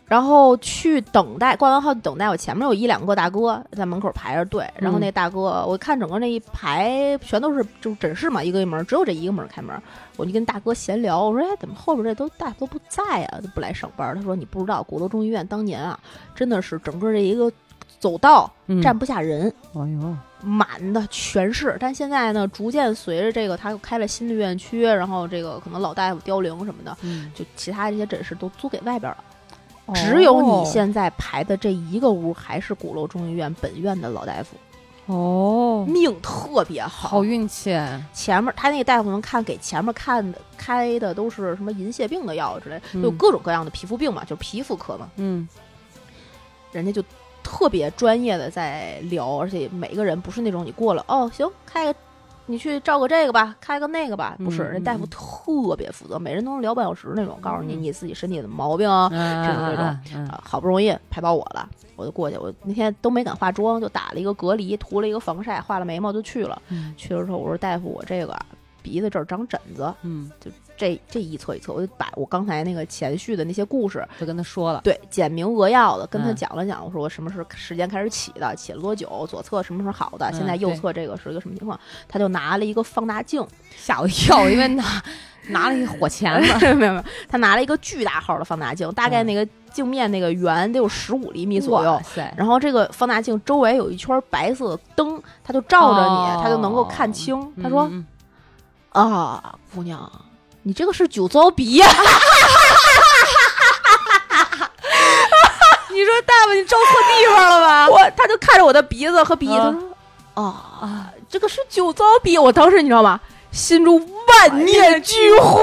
Speaker 2: 然后去等待挂完号等待。我前面有一两个大哥在门口排着队，然后那大哥、我看整个那一排全都是就是诊室嘛，一个一门，只有这一个门开门。我就跟大哥闲聊，我说哎，怎么后边这都大夫都不在啊，都不来上班？他说你不知道，鼓楼中医院当年啊，真的是整个这一个走道
Speaker 3: 嗯
Speaker 2: 站不下人。
Speaker 3: 哎呦，
Speaker 2: 满的全是，但现在呢，逐渐随着这个，他又开了新的院区，然后这个可能老大夫凋零什么的，
Speaker 3: 嗯，
Speaker 2: 就其他这些诊室都租给外边了。只有你
Speaker 3: 哦
Speaker 2: 现在排的这一个屋还是鼓楼中医院本院的老大夫，
Speaker 3: 哦，
Speaker 2: 命特别好
Speaker 3: 好。运气，
Speaker 2: 前面他那个大夫能看给前面看的开的都是什么银屑病的药之类，
Speaker 3: 嗯
Speaker 2: 有各种各样的皮肤病嘛，就是皮肤科嘛，
Speaker 3: 嗯
Speaker 2: 人家就特别专业的在聊，而且每个人不是那种你过了哦行开个。你去照个这个吧，开个那个吧，不是，
Speaker 3: 嗯
Speaker 2: 人大夫
Speaker 3: 嗯
Speaker 2: 特别负责，每人都能聊半小时那种，告诉你你自己身体的毛病啊，
Speaker 3: 啊这种
Speaker 2: 啊，好不容易排到我了，我就过去。我那天都没敢化妆，就打了一个隔离，涂了一个防晒，画了眉毛就去了。
Speaker 3: 嗯
Speaker 2: 去了之后，我说大夫，我这个啊鼻子这儿长疹子，
Speaker 3: 嗯，
Speaker 2: 这这一侧一侧，我就把我刚才那个前序的那些故事，
Speaker 3: 就跟他说了，
Speaker 2: 对简明扼要的跟他
Speaker 3: 嗯
Speaker 2: 讲了讲。我说我什么时候时间开始起的，起了多久，左侧什么时候好的，现
Speaker 3: 嗯
Speaker 2: 在右
Speaker 3: 对
Speaker 2: 侧这个是一个什么情况？他就拿了一个放大镜，
Speaker 3: 吓我一跳，因为拿拿了一火钳子，
Speaker 2: 没有没有，他拿了一个巨大号的放大镜，大概那个镜面那个圆得有十五厘米左右
Speaker 3: 嗯哇。塞，
Speaker 2: 然后这个放大镜周围有一圈白色的灯，它就照着
Speaker 3: 哦
Speaker 2: 你，它就能够看清。他说
Speaker 3: 嗯，：“
Speaker 2: 啊，姑娘，你这个是酒糟鼻呀、
Speaker 3: 你说大夫，你照错地方了吧？
Speaker 2: 我他就看着我的鼻子和鼻子，
Speaker 3: 啊
Speaker 2: 他说：“啊，这个是酒糟鼻。”我当时你知道吗？心中万念俱 灰，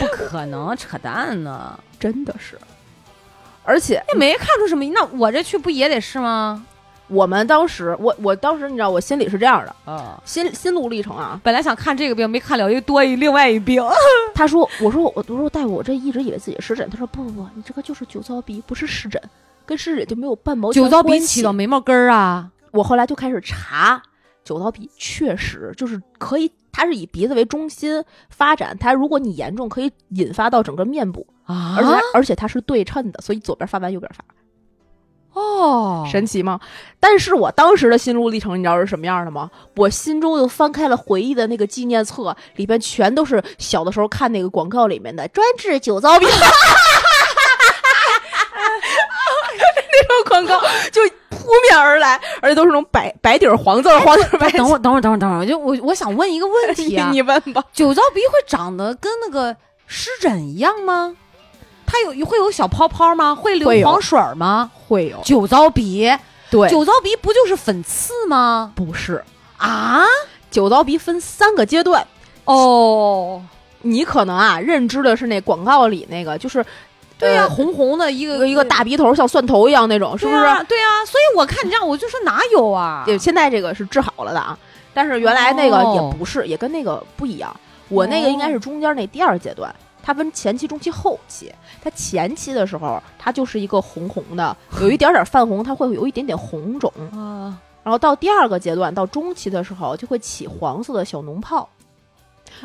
Speaker 3: 不可能，扯淡呢！
Speaker 2: 真的是。而且
Speaker 3: 也没看出什么，那我这去不也得是吗？
Speaker 2: 我们当时，我我当时你知道，我心里是这样的，
Speaker 3: 啊，
Speaker 2: 心心路历程啊。
Speaker 3: 本来想看这个病，没看了，又多一另外一病。
Speaker 2: 他说：“我说我我说大夫，我这一直以为自己是湿疹。”他说：“不不不，你这个就是酒糟鼻，不是湿疹，跟湿疹就没有半毛钱
Speaker 3: 酒糟鼻
Speaker 2: 关
Speaker 3: 起
Speaker 2: 系
Speaker 3: 到眉毛根儿啊，
Speaker 2: 我后来就开始查酒糟鼻，确实就是可以，它是以鼻子为中心发展，它如果你严重，可以引发到整个面部，
Speaker 3: 啊
Speaker 2: 而且它、而且它是对称的，所以左边发完右边发，
Speaker 3: 哦，
Speaker 2: 神奇吗？但是我当时的心路历程，你知道是什么样的吗？我心中就翻开了回忆的那个纪念册，里边全都是小的时候看那个广告里面的专治酒糟鼻。 那种广告就扑面而来，而且都是那种白白底儿黄字儿、黄底儿白字 儿
Speaker 3: 等会儿，等会儿，等会儿，等会儿，我就我我想问一个问题 啊，
Speaker 2: 问吧。
Speaker 3: 酒糟鼻会长得跟那个湿疹一样吗？它有会有小泡泡吗？会
Speaker 2: 会
Speaker 3: 流
Speaker 2: 有
Speaker 3: 黄水儿吗？
Speaker 2: 会有
Speaker 3: 酒糟鼻，
Speaker 2: 对
Speaker 3: 酒糟鼻不就是粉刺吗？
Speaker 2: 不是
Speaker 3: 啊，
Speaker 2: 酒糟鼻分三个阶段，
Speaker 3: 哦，
Speaker 2: 你可能啊认知的是那广告里那个，就是
Speaker 3: 对呀、
Speaker 2: 呃
Speaker 3: 红红的一
Speaker 2: 一
Speaker 3: 个
Speaker 2: 个一个大鼻头像蒜头一样那种，是
Speaker 3: 对啊
Speaker 2: 不
Speaker 3: 呀、
Speaker 2: 是？
Speaker 3: 对呀、所以我看你这样，我就说哪有啊？
Speaker 2: 对，现在这个是治好了的啊，但是原来那个
Speaker 3: 哦
Speaker 2: 也不是，也跟那个不一样。我那个应该是中间那第二阶段。它分前期、中期、后期。它前期的时候，它就是一个红红 的，有一点点泛红，它会有一点点红肿。
Speaker 3: 啊，
Speaker 2: 然后到第二个阶段，到中期的时候，就会起黄色的小脓泡。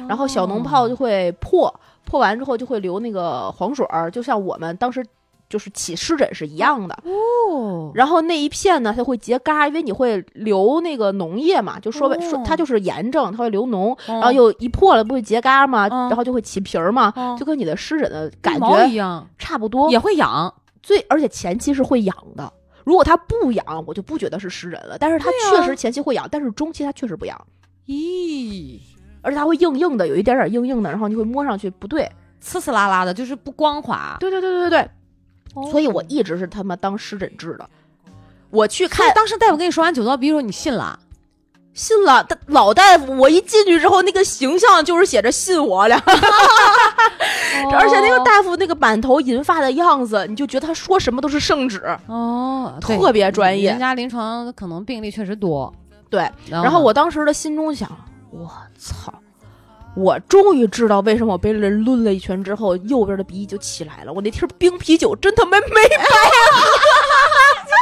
Speaker 2: 然后小脓泡就
Speaker 3: 哦
Speaker 2: 会破，破完之后就会流那个黄水儿，就像我们当时就是起湿疹是一样的。
Speaker 3: 哦，
Speaker 2: 然后那一片呢，它会结痂，因为你会流那个脓液嘛，就说白说
Speaker 3: 哦
Speaker 2: 它就是炎症，它会流脓，
Speaker 3: 然
Speaker 2: 然后又一破了不会结痂嘛，
Speaker 3: 嗯
Speaker 2: 然后就会起皮儿嘛，
Speaker 3: 就
Speaker 2: 就跟你的湿疹的感
Speaker 3: 毛哦一
Speaker 2: 觉哦
Speaker 3: 样，
Speaker 2: 差不多。
Speaker 3: 也会痒。
Speaker 2: 最而且前期是会痒的。如果它不痒，我就不觉得是湿疹了。但是它
Speaker 3: 对啊
Speaker 2: 确实前期会痒，但是中期它确实不痒，
Speaker 3: 咦，
Speaker 2: 而且它会硬硬的，有一点点硬硬的，然后你会摸上去不对。
Speaker 3: 刺刺啦啦的，就是不光滑。
Speaker 2: 对对对对对对，
Speaker 3: 哦
Speaker 2: 所以我一直是他妈当湿疹治的。我去
Speaker 3: 所以
Speaker 2: 看
Speaker 3: 当时大夫跟你说完酒糟鼻的时候，你信了？
Speaker 2: 信了，他老大夫，我一进去之后，那个形象就是写着“信我”俩， 而且那个大夫那个满头银发的样子，你就觉得他说什么都是圣旨，
Speaker 3: 哦，对
Speaker 2: 特别专业
Speaker 3: 人。家临床可能病例确实多。
Speaker 2: 对，
Speaker 3: 然
Speaker 2: 然后我当时的心中想，我操，我终于知道为什么我被人抡了一拳之后，右边的鼻翼就起来了。我那瓶冰啤酒真他妈没白喝。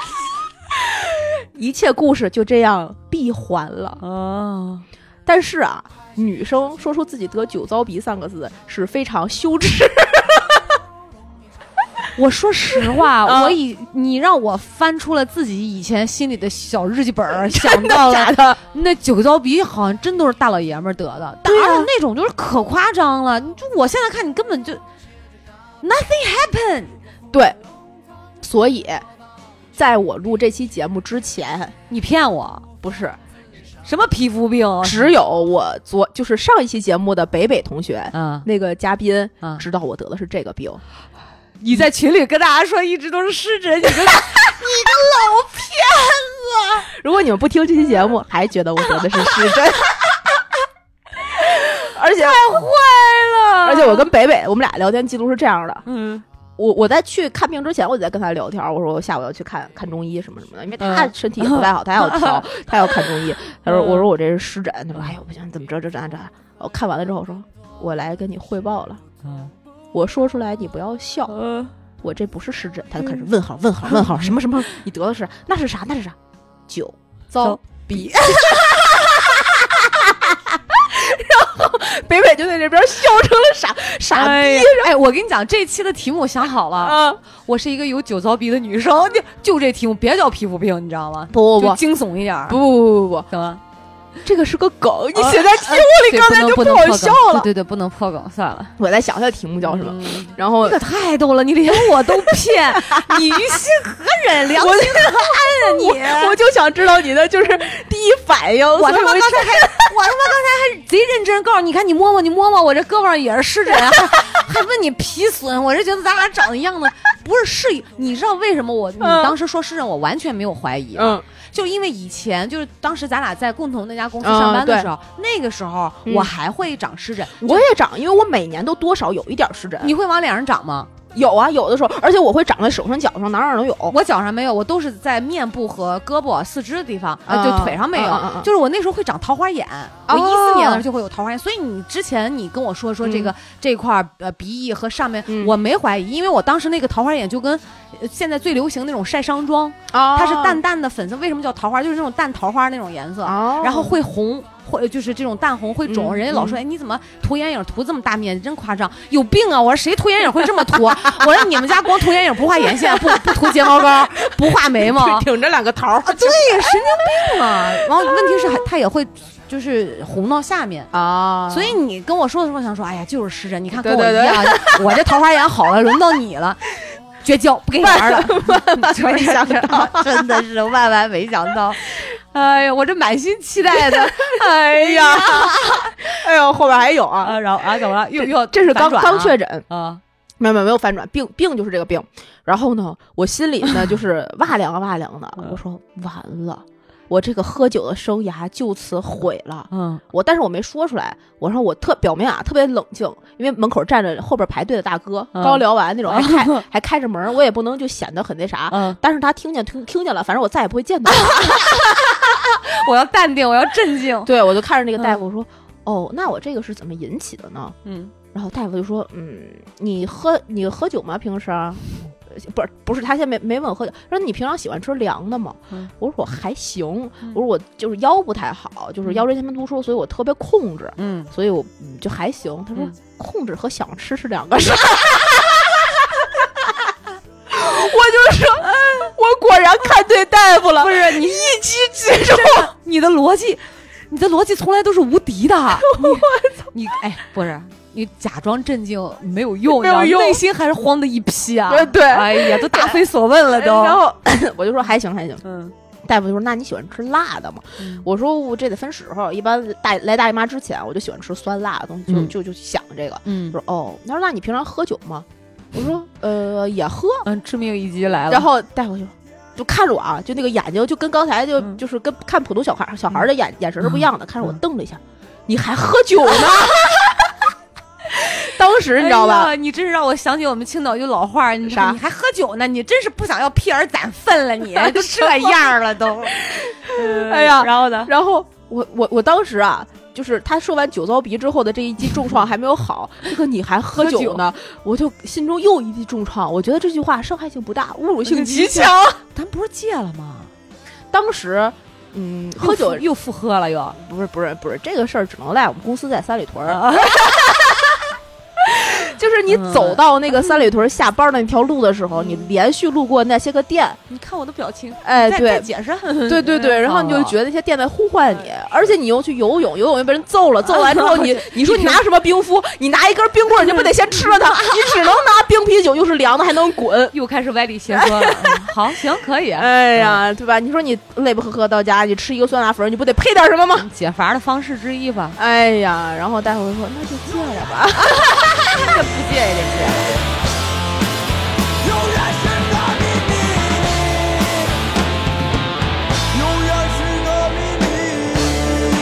Speaker 2: 一切故事就这样闭环了。
Speaker 3: 哦，
Speaker 2: 但是啊，女生说出自己得酒糟鼻三个字是非常羞耻。
Speaker 3: 我说实 话，
Speaker 2: 嗯
Speaker 3: 我以你让我翻出了自己以前心里的小日记本 儿，想到了
Speaker 2: 假的，
Speaker 3: 那酒糟鼻好像真都是大老爷们儿得的，当然那种就是可夸张了。你就我现在看你根本就 nothing happened，
Speaker 2: 对，所以在我录这期节目之前，
Speaker 3: 你骗我，
Speaker 2: 不是
Speaker 3: 什么皮肤病啊？
Speaker 2: 只有我昨就是上一期节目的北北同学
Speaker 3: 嗯
Speaker 2: 那个嘉宾
Speaker 3: 嗯，
Speaker 2: 知道我得的是这个病，
Speaker 3: 你在群里跟大家说一直都是湿疹，你 跟你个老骗子，
Speaker 2: 如果你们不听这期节目，还觉得我得的是失真， 而且
Speaker 3: 坏了。
Speaker 2: 而且我跟北北我们俩聊天记录是这样的，
Speaker 3: 嗯
Speaker 2: 我我在去看病之前，我就在跟他聊天，我说我下午要去看看中医什么什么的，因为他
Speaker 3: 嗯
Speaker 2: 身体也不太 好，他要调，他要看中 医。他说我说我这是湿疹，他说哎呦不行，怎么着这这那这。我看完了之后我说我来跟你汇报了，
Speaker 3: 嗯
Speaker 2: 我说出来你不要笑，
Speaker 3: 嗯
Speaker 2: 我这不是湿疹。他就开始问号问号问 号什么什么，你得的是那是啥那是啥，酒糟
Speaker 3: 糟
Speaker 2: 鼻。然后 北北就在这边笑成了傻傻
Speaker 3: 哎
Speaker 2: 逼
Speaker 3: 呀，哎，我跟你讲，这期的题目我想好了，
Speaker 2: 啊！
Speaker 3: 我是一个有酒糟鼻的女生，就就这题目，别叫皮肤病，你知道吗？
Speaker 2: 不不
Speaker 3: 就
Speaker 2: 不
Speaker 3: 惊悚一点儿，
Speaker 2: 不不不不不，
Speaker 3: 怎么？
Speaker 2: 这个是个梗，你
Speaker 3: 啊
Speaker 2: 写在题目里，
Speaker 3: 对
Speaker 2: 刚才
Speaker 3: 不能
Speaker 2: 就
Speaker 3: 不能
Speaker 2: 好
Speaker 3: 破
Speaker 2: 笑
Speaker 3: 梗对
Speaker 2: 了。
Speaker 3: 对对，不能破梗，算了。
Speaker 2: 我在想它的题目叫什么，
Speaker 3: 嗯
Speaker 2: 然后
Speaker 3: 你 可太逗了，你连我都骗，你于心何忍？良
Speaker 2: 我
Speaker 3: 心何
Speaker 2: 我
Speaker 3: 安啊你！
Speaker 2: 我就想知道你的就是第一 反 应，
Speaker 3: 我
Speaker 2: 所
Speaker 3: 他
Speaker 2: 以
Speaker 3: 妈
Speaker 2: 我
Speaker 3: 刚才还，我他妈刚才还贼认真告诉你，你看你摸摸，你摸摸，我这胳膊上也是湿疹， 还还问你皮损，我是觉得咱俩长得一样的，不是是，你知道为什么我你
Speaker 2: 嗯
Speaker 3: 当时说湿疹，我完全没有怀疑，
Speaker 2: 嗯
Speaker 3: 就因为以前就是当时咱俩在共同那家公司
Speaker 2: 嗯
Speaker 3: 上班的
Speaker 2: 对
Speaker 3: 时候，那个时候
Speaker 2: 嗯
Speaker 3: 我还会长湿疹，
Speaker 2: 我也长，因为我每年都多少有一点湿疹，
Speaker 3: 你会往脸上长吗？
Speaker 2: 有啊，有的时候，而且我会长在手上、脚上，哪儿哪儿都有。
Speaker 3: 我脚上没有，我都是在面部和胳膊、四肢的地方，呃，
Speaker 2: 啊
Speaker 3: 就腿上没有。
Speaker 2: 啊啊啊
Speaker 3: 就是我那时候会长桃花眼，
Speaker 2: 哦
Speaker 3: 我一四年的时候就会有桃花眼。所以你之前你跟我说说这个、这块儿呃鼻翼和上面，
Speaker 2: 嗯
Speaker 3: 我没怀疑，因为我当时那个桃花眼就跟、呃现在最流行那种晒伤妆，
Speaker 2: 啊
Speaker 3: 它是淡淡的粉色，为什么叫桃花？就是那种淡桃花那种颜色，
Speaker 2: 哦
Speaker 3: 然后会红。会就是这种淡红会肿，
Speaker 2: 嗯，
Speaker 3: 人家老说，哎，你怎么涂眼影涂这么大面积，真夸张，有病啊！我说谁涂眼影会这么 涂？我说你们家光涂眼影不画眼线，不 不涂睫毛膏，不画眉毛
Speaker 2: 顶着两个桃儿
Speaker 3: 啊，对，神经病啊！然后问题是还，它也会就是红到下面。
Speaker 2: 啊
Speaker 3: 所以你跟我说的时候，我想说，哎呀，就是湿疹，你看
Speaker 2: 对
Speaker 3: 跟我一
Speaker 2: 对对
Speaker 3: 样， 我这桃花眼好了，轮到你了，绝交，不跟你玩 了。没想 到，真的是万万没想到。哎呀，我这满心期待的，哎
Speaker 2: 哎 呀，哎呦，后边还有啊，
Speaker 3: 啊，然后啊，怎么了？又又
Speaker 2: 这是
Speaker 3: 反
Speaker 2: 刚
Speaker 3: 转
Speaker 2: 刚
Speaker 3: 啊
Speaker 2: 确诊，
Speaker 3: 啊，
Speaker 2: 没有没有没有反转，病病就是这个病。然后呢，我心里 呢就是哇凉啊哇凉的，
Speaker 3: 嗯
Speaker 2: 我说完了，我这个喝酒的生涯就此毁了。
Speaker 3: 嗯
Speaker 2: 我但是我没说出来，我说我特表面啊特别冷静，因为门口站着后边排队的大哥，
Speaker 3: 嗯
Speaker 2: 刚聊完那种还 开还开着门，我也不能就显得很那啥。
Speaker 3: 嗯，
Speaker 2: 但是他听见听听见了，反正我再也不会见到他。
Speaker 3: 我要淡定，我要镇静。
Speaker 2: 对，我就看着那个大夫说，哦，那我这个是怎么引起的呢？
Speaker 3: 嗯，
Speaker 2: 然后大夫就说：“嗯，你喝你喝酒吗？平时？呃不是不是，他先没没问我喝酒，说你平常喜欢吃凉的吗？
Speaker 3: 嗯
Speaker 2: 我说我还行，
Speaker 3: 嗯
Speaker 2: 我说我就是腰不太好，就是腰椎间盘突出，所以我特别控制，
Speaker 3: 嗯，
Speaker 2: 所以我嗯就还行。他说、
Speaker 3: 嗯
Speaker 2: 控制和想吃是两 个事儿。我就说，我果然看对大夫了，
Speaker 3: 不是你
Speaker 2: 一击即中。
Speaker 3: 你的逻辑，你的逻辑从来都是无敌 的。你你哎，不是，你假装镇静没有用，
Speaker 2: 没有
Speaker 3: 你知道
Speaker 2: 用呃
Speaker 3: 内心还是慌的一批啊。
Speaker 2: 对对
Speaker 3: 哎呀，都 答非所问了
Speaker 2: 然
Speaker 3: 都。
Speaker 2: 后我就说还行还行。
Speaker 3: 嗯，
Speaker 2: 大夫就说：“那你喜欢吃辣的吗？”
Speaker 3: 嗯
Speaker 2: 我说：“我这得分时候，一般大来大姨妈之前，我就喜欢吃酸辣的东西，就、
Speaker 3: 嗯
Speaker 2: 就就想这个。”他
Speaker 3: 嗯
Speaker 2: 说：“哦。”他说：“那你平常喝酒吗？”我说：“呃，也喝。
Speaker 3: 嗯，致命一击来”了。
Speaker 2: 然后大夫就就看着我啊，就那个眼睛就跟刚才就、
Speaker 3: 嗯
Speaker 2: 就是跟看普通小孩小孩的眼眼神是不一样的，看着我
Speaker 3: 嗯
Speaker 2: 瞪了一下，你还喝酒呢？ 当时你知道吧？
Speaker 3: 哎呀你真是让我想起我们青岛一句老话儿，你
Speaker 2: 啥
Speaker 3: 你还喝酒呢？你真是不想要屁儿攒粪了你， 都这样儿了都。嗯
Speaker 2: 哎呀
Speaker 3: 然后呢？
Speaker 2: 然后我我我当时啊，就是他说完酒糟鼻之后的这一记重创还没有好，这个你还喝酒呢，我就心中又一记重创。我觉得这句话伤害性不大，侮辱性极强。
Speaker 3: 咱不是戒了吗？
Speaker 2: 当时，嗯，喝
Speaker 3: 喝
Speaker 2: 酒
Speaker 3: 酒又复喝了又，
Speaker 2: 不是不是不是这个事儿，只能赖我们公司在三里屯儿。啊 就是你走到那个三里屯下班那条路的时候，你连续路过那些个店，
Speaker 3: 你看我的表情，
Speaker 2: 哎，
Speaker 3: 再再
Speaker 2: 对。
Speaker 3: 解释，嗯
Speaker 2: 对对对，然后你就觉得那些店在呼唤你，而且你又去游泳，游泳又被人揍了，揍完之后嗯啊 你你说你拿什么冰敷？你拿一根冰棍儿，你不得先吃 了它？你只能拿冰啤酒，又是凉的，还能滚。
Speaker 3: 又开始歪理邪 说了。嗯好，行，可以。
Speaker 2: 哎呀，对吧？你说你累不呵呵到家，你吃一个酸辣粉儿，你不得配点什么吗？
Speaker 3: 解乏的方式之一吧。
Speaker 2: 哎呀，然后大夫说那就戒了 吧，不戒也得戒。
Speaker 5: 永远是个秘密，永远是个秘密。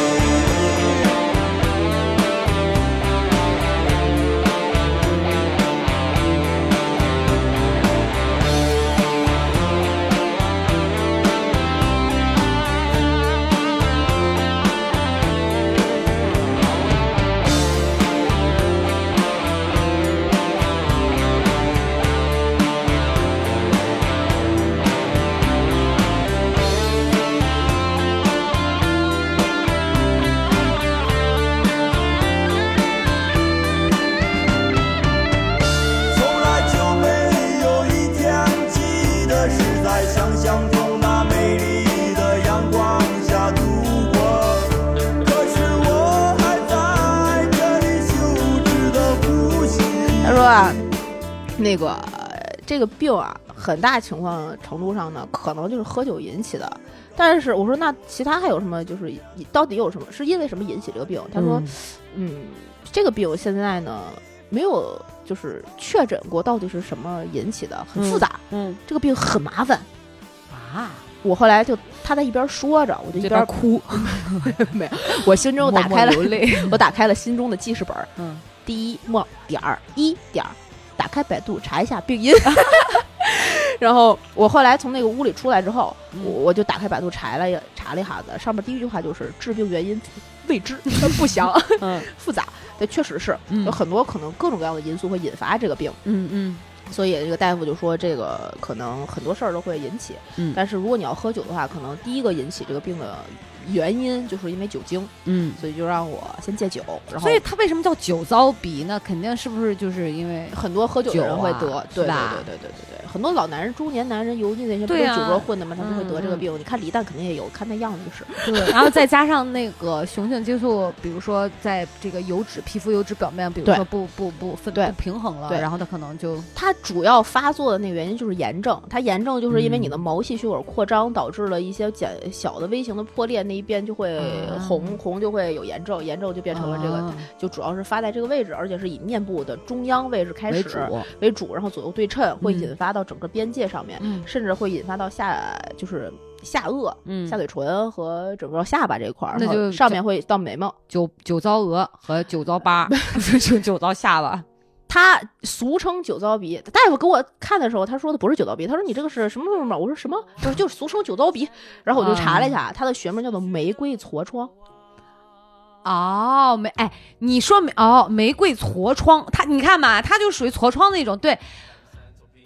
Speaker 5: 从来就没有一天记得是在想象中那美丽的阳光下度过，可是我还在这里羞耻的呼吸。
Speaker 2: 他说啊，那个呃这个病啊，很大情况程度上呢，可能就是喝酒引起的。但是我说那其他还有什么？就是你到底有什么？是因为什么引起这个病？他说，嗯这个病现在呢没有就是确诊过到底是什么引起的，很复杂。
Speaker 3: 嗯
Speaker 2: 这个病很麻烦。
Speaker 3: 啊，
Speaker 2: 我后来就他在一边说着，我就一
Speaker 3: 这
Speaker 2: 边
Speaker 3: 边哭，
Speaker 2: 没有，我心中
Speaker 3: 默
Speaker 2: 打
Speaker 3: 默
Speaker 2: 开了，
Speaker 3: 流 泪。
Speaker 2: 我打开了心中的记事本儿。
Speaker 3: 嗯，
Speaker 2: 第一末点儿一点儿，打开百度查一下病因。 然后我后来从那个屋里出来之后，
Speaker 3: 嗯
Speaker 2: 我我就打开百度查了一查了一下子，上面第一句话就是治病原因未 知不详
Speaker 3: 嗯
Speaker 2: 复杂，对，确实是
Speaker 3: 嗯
Speaker 2: 有很多可能各种各样的因素会引发这个病，
Speaker 3: 嗯嗯
Speaker 2: 所以这个大夫就说这个可能很多事儿都会引起，
Speaker 3: 嗯
Speaker 2: 但是如果你要喝酒的话，可能第一个引起这个病的原因就是因为酒精，
Speaker 3: 嗯。
Speaker 2: 所以就让我先戒酒，然后
Speaker 3: 所以它为什么叫酒糟鼻呢？肯定是不是就是因为
Speaker 2: 很多喝酒的人会得，
Speaker 3: 酒啊
Speaker 2: 对
Speaker 3: 是
Speaker 2: 对
Speaker 3: 吧
Speaker 2: 对对对对对，很多老男人、中年男人油腻那些，不都
Speaker 3: 对
Speaker 2: 是
Speaker 3: 啊
Speaker 2: 酒桌混的吗？他们会得这个
Speaker 3: 嗯嗯
Speaker 2: 病。你看李诞肯定也有，看那样子就是。
Speaker 3: 对，然后再加上那个雄性激素，比如说在这个油脂、皮肤油脂表面，比如
Speaker 2: 对
Speaker 3: 说不不不分
Speaker 2: 对
Speaker 3: 不平衡了，
Speaker 2: 对
Speaker 3: 然后它可能就
Speaker 2: 他主要发作的那个原因就是炎症，他炎症就是因为你的毛细血管扩张导致了一些简小的微型的破裂，那一边就会
Speaker 3: 啊
Speaker 2: 红，红就会有炎症，炎症就变成了这个，
Speaker 3: 啊
Speaker 2: 就主要是发在这个位置，而且是以面部的中央位置开
Speaker 3: 为
Speaker 2: 始
Speaker 3: 主，
Speaker 2: 为主，然后左右对称，会
Speaker 3: 嗯
Speaker 2: 引发到整个边界上面，
Speaker 3: 嗯
Speaker 2: 甚至会引发到下就是下颚，
Speaker 3: 嗯
Speaker 2: 下嘴唇和整个下巴这一块儿，
Speaker 3: 那
Speaker 2: 然后
Speaker 3: 就
Speaker 2: 上面会到眉毛。
Speaker 3: 酒酒糟额和酒糟 巴，就酒糟下巴，
Speaker 2: 他俗称酒糟鼻，大夫给我看的时候，他说的不是酒糟鼻，他说你这个是什么什么什么，我说什么，他说就是俗称酒糟鼻。然后我就查了一下，它的学名叫做玫瑰痤疮。
Speaker 3: 哦，玫哎，你说玫哦，玫瑰痤疮，它你看嘛，它就属于痤疮那种。对，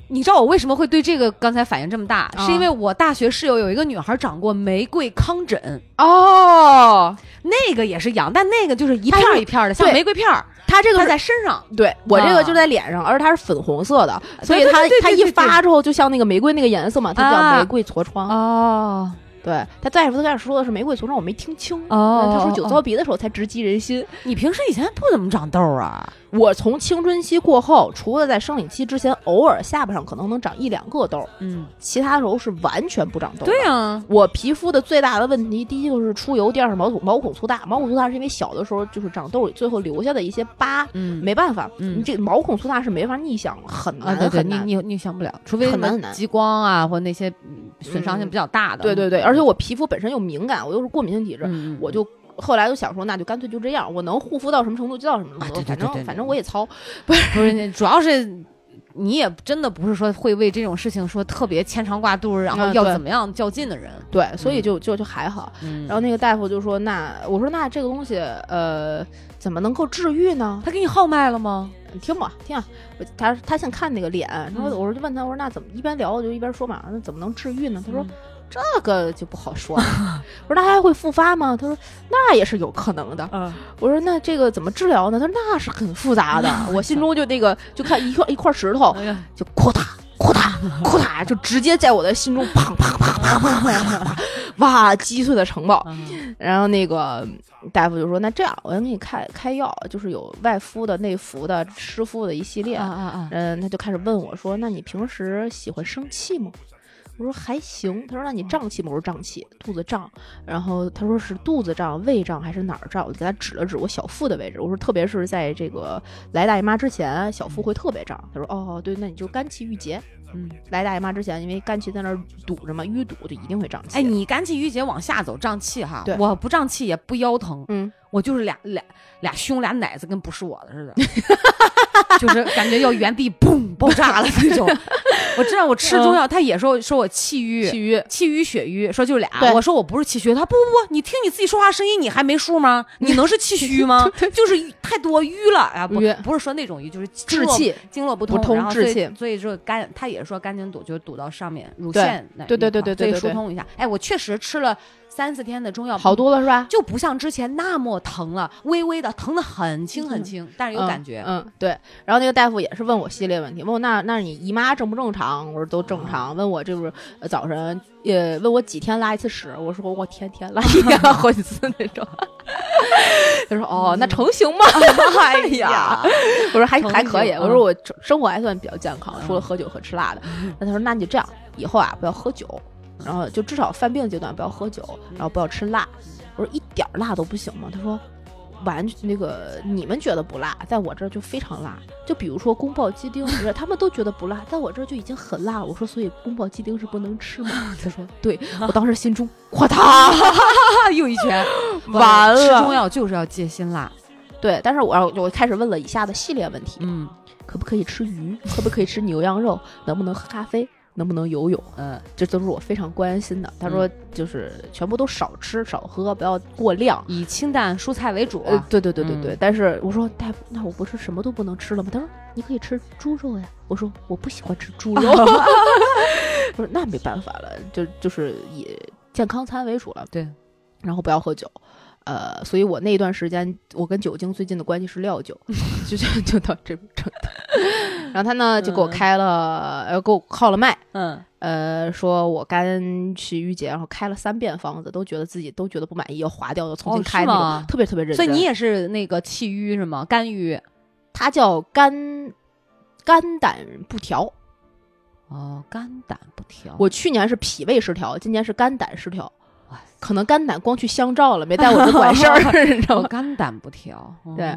Speaker 3: 你知道我为什么会对这个刚才反应这么大，
Speaker 2: 啊
Speaker 3: 是因为我大学室友有一个女孩长过玫瑰糠疹，
Speaker 2: 哦，
Speaker 3: 那个也是痒，但那个就是一
Speaker 2: 它
Speaker 3: 片
Speaker 2: 是
Speaker 3: 儿一片儿的，像
Speaker 2: 对
Speaker 3: 玫瑰片儿，
Speaker 2: 它这个
Speaker 3: 它
Speaker 2: 是
Speaker 3: 在身上。
Speaker 2: 对我这个
Speaker 3: 啊
Speaker 2: 就在脸上，而且它是粉红色的，所以
Speaker 3: 对
Speaker 2: 它
Speaker 3: 对对对
Speaker 2: 它一
Speaker 3: 对对
Speaker 2: 发之后就像那个玫瑰那个颜色嘛，它
Speaker 3: 啊
Speaker 2: 叫玫瑰痤疮。
Speaker 3: 哦
Speaker 2: 对，他大夫都开始说的是玫瑰痤疮，我没听清。
Speaker 3: 哦，
Speaker 2: 他说酒糟，鼻的时候才直击人心。
Speaker 3: 你平时以前不怎么长痘啊？
Speaker 2: 我从青春期过后，除了在生理期之前，偶尔下巴上可能能长一两个痘，
Speaker 3: 嗯，
Speaker 2: 其他时候是完全不长痘。
Speaker 3: 对
Speaker 2: 呀、
Speaker 3: 啊，
Speaker 2: 我皮肤的最大的问题，第一个是出油，第二是毛孔毛孔粗大。毛孔粗大是因为小的时候就是长痘，最后留下的一些疤，
Speaker 3: 嗯，
Speaker 2: 没办法，
Speaker 3: 嗯
Speaker 2: 你这毛孔粗大是没法逆向，很
Speaker 3: 啊，
Speaker 2: 难、
Speaker 3: 对对，
Speaker 2: 很
Speaker 3: 你
Speaker 2: 难。
Speaker 3: 你你想不了，除非
Speaker 2: 很
Speaker 3: 什
Speaker 2: 难
Speaker 3: 么
Speaker 2: 很难
Speaker 3: 激光啊，或那些嗯损伤性比较大的。
Speaker 2: 对对对，而且我皮肤本身又敏感，我又是过敏性体质，
Speaker 3: 嗯，嗯
Speaker 2: 我就后来就想说，那就干脆就这样，我能护肤到什么程度就到什么程度，
Speaker 3: 啊对对
Speaker 2: 反
Speaker 3: 对对
Speaker 2: 正
Speaker 3: 对
Speaker 2: 反正我也糙，
Speaker 3: 不是，主要是你也真的不是说会为这种事情说特别牵肠挂肚，然后
Speaker 2: 嗯
Speaker 3: 要
Speaker 2: 对
Speaker 3: 怎么样较劲的人。
Speaker 2: 对，所以就就就还好。
Speaker 3: 嗯
Speaker 2: 然后那个大夫就说，那我说那这个东西，呃，怎么能够治愈呢？
Speaker 3: 他给你号脉了吗？
Speaker 2: 你听吧，听啊，我他他先看那个脸，然后
Speaker 3: 嗯嗯
Speaker 2: 我就问他，我说那怎么一边聊我就一边说嘛，那怎么能治愈呢？他说。这个就不好说了。 我说那还会复发吗？他说那也是有可能的。
Speaker 3: 嗯，
Speaker 2: 我说那这个怎么治疗呢？他说那是很 复杂的。我心中就那个就看一块一块石头
Speaker 3: 哎呀，
Speaker 2: 就扩大。扩大，扩大，就直接在我的心中砰砰砰砰砰砰砰，哇，击碎了城堡。
Speaker 3: 嗯
Speaker 2: 然后那个大夫就说：“那这样，我先给你开开药，就是有外敷的、内服的、湿敷的一系列。
Speaker 3: 啊啊啊！
Speaker 2: 嗯，他就开始问我说：“那你平时喜欢生气吗？”我说还行。他说：“那你胀气吗？”我说：“胀气，肚子胀。”然后他说是肚子胀、胃胀还是哪儿胀？我就给他指了指我小腹的位置。我说：“特别是在这个来大姨妈之前，小腹会特别胀。”他说：“哦，对，那你就肝气郁结。
Speaker 3: 嗯，
Speaker 2: 来大姨妈之前，因为肝气在那儿堵着嘛，淤堵就一定会胀气。”
Speaker 3: 哎，你肝气郁结往下走，胀气哈
Speaker 2: 对。
Speaker 3: 我不胀气也不腰疼，
Speaker 2: 嗯，
Speaker 3: 我就是俩俩俩胸俩奶子跟不是我的似的，就是感觉要原地 嘣爆炸了那种。我知道我吃中药，他也说说我气郁。
Speaker 2: 气郁。
Speaker 3: 气郁血瘀，说就俩
Speaker 2: 对。
Speaker 3: 我说我不是气虚，他不不不，你听你自己说话声音，你还没数 吗？你能是气虚吗？就是郁太多瘀了啊！不
Speaker 2: 郁
Speaker 3: 不是说那种瘀，就是经
Speaker 2: 滞
Speaker 3: 络
Speaker 2: 气，
Speaker 3: 经络不
Speaker 2: 不通
Speaker 3: 然后所以
Speaker 2: 滞气
Speaker 3: 所以说肝，他也说肝经堵，就是堵到上面乳
Speaker 2: 对
Speaker 3: 腺那
Speaker 2: 对对
Speaker 3: 一块
Speaker 2: 对对
Speaker 3: 儿
Speaker 2: 对对
Speaker 3: 所
Speaker 2: 对
Speaker 3: 以疏通一下。哎，我确实吃了三四天的中药，
Speaker 2: 好多了是吧？
Speaker 3: 就不像之前那么疼了，微微的疼的很轻很轻，但是有感觉。
Speaker 2: 嗯。嗯，对。然后那个大夫也是问我系列问题，问我那那你姨妈正不正常？我说都正
Speaker 3: 哦
Speaker 2: 常。问我这不是呃早晨也问我几天拉一次屎？我说我天天拉，一 天拉好几次那种。 他说哦，
Speaker 3: 嗯
Speaker 2: 那成型吗？ 哎呀，我说还
Speaker 3: 成型
Speaker 2: 还可以，
Speaker 3: 嗯
Speaker 2: 我说我生活还算比较健康，除了喝酒和吃辣的。那他说那你就这样，以后啊不要喝酒，然后就至少犯病阶段不要喝酒，然后不要吃辣。我说一点儿辣都不行吗？他说完那个你们觉得不辣，在我这儿就非常辣。就比如说宫保鸡丁，不是他们都觉得不辣，在我这儿就已经很辣了。我说所以宫保鸡丁是不能吃吗？他说对，我当时心中哗嗒。
Speaker 3: 啊，又一拳，
Speaker 2: 完了
Speaker 3: 吃中药就是要戒辛辣。
Speaker 2: 对，但是我要我开始问了以下的系列问题：
Speaker 3: 嗯
Speaker 2: 可不可以吃鱼？可不可以吃牛羊肉？能不能喝咖啡？能不能游泳？呃
Speaker 3: 嗯
Speaker 2: 这都是我非常关心的。他说，就是全部都少吃少喝，不要过量。
Speaker 3: 以清淡蔬菜为主啊。
Speaker 2: 呃，对对对对对，
Speaker 3: 嗯
Speaker 2: 但是我说大夫，那我不是什么都不能吃了吗？他说你可以吃猪肉呀。我说我不喜欢吃猪肉。 我说那没办法了，就就是以健康餐为主了，
Speaker 3: 对，
Speaker 2: 然后不要喝酒。呃，所以我那一段时间，我跟酒精最近的关系是 料酒，就就就到这这。然后他呢就给我
Speaker 3: 嗯
Speaker 2: 开了，呃，给我号了脉，
Speaker 3: 嗯，
Speaker 2: 呃，说我肝气郁结，然后开了三遍方子，都觉得自己都觉得不满意，要划掉，要重
Speaker 3: 哦
Speaker 2: 新
Speaker 3: 是
Speaker 2: 开那种，
Speaker 3: 吗
Speaker 2: 特别特别认
Speaker 3: 所
Speaker 2: 真。
Speaker 3: 以你也是那个气郁是吗？肝郁
Speaker 2: 它叫肝肝胆不调。
Speaker 3: 哦，肝胆不调。
Speaker 2: 我去年是脾胃失调，今年是肝胆失调
Speaker 3: 哇塞。
Speaker 2: 可能肝胆光去相照了，没带我这管事儿， 你知道
Speaker 3: 我
Speaker 2: 吗？
Speaker 3: 哦肝胆不调。哦
Speaker 2: 对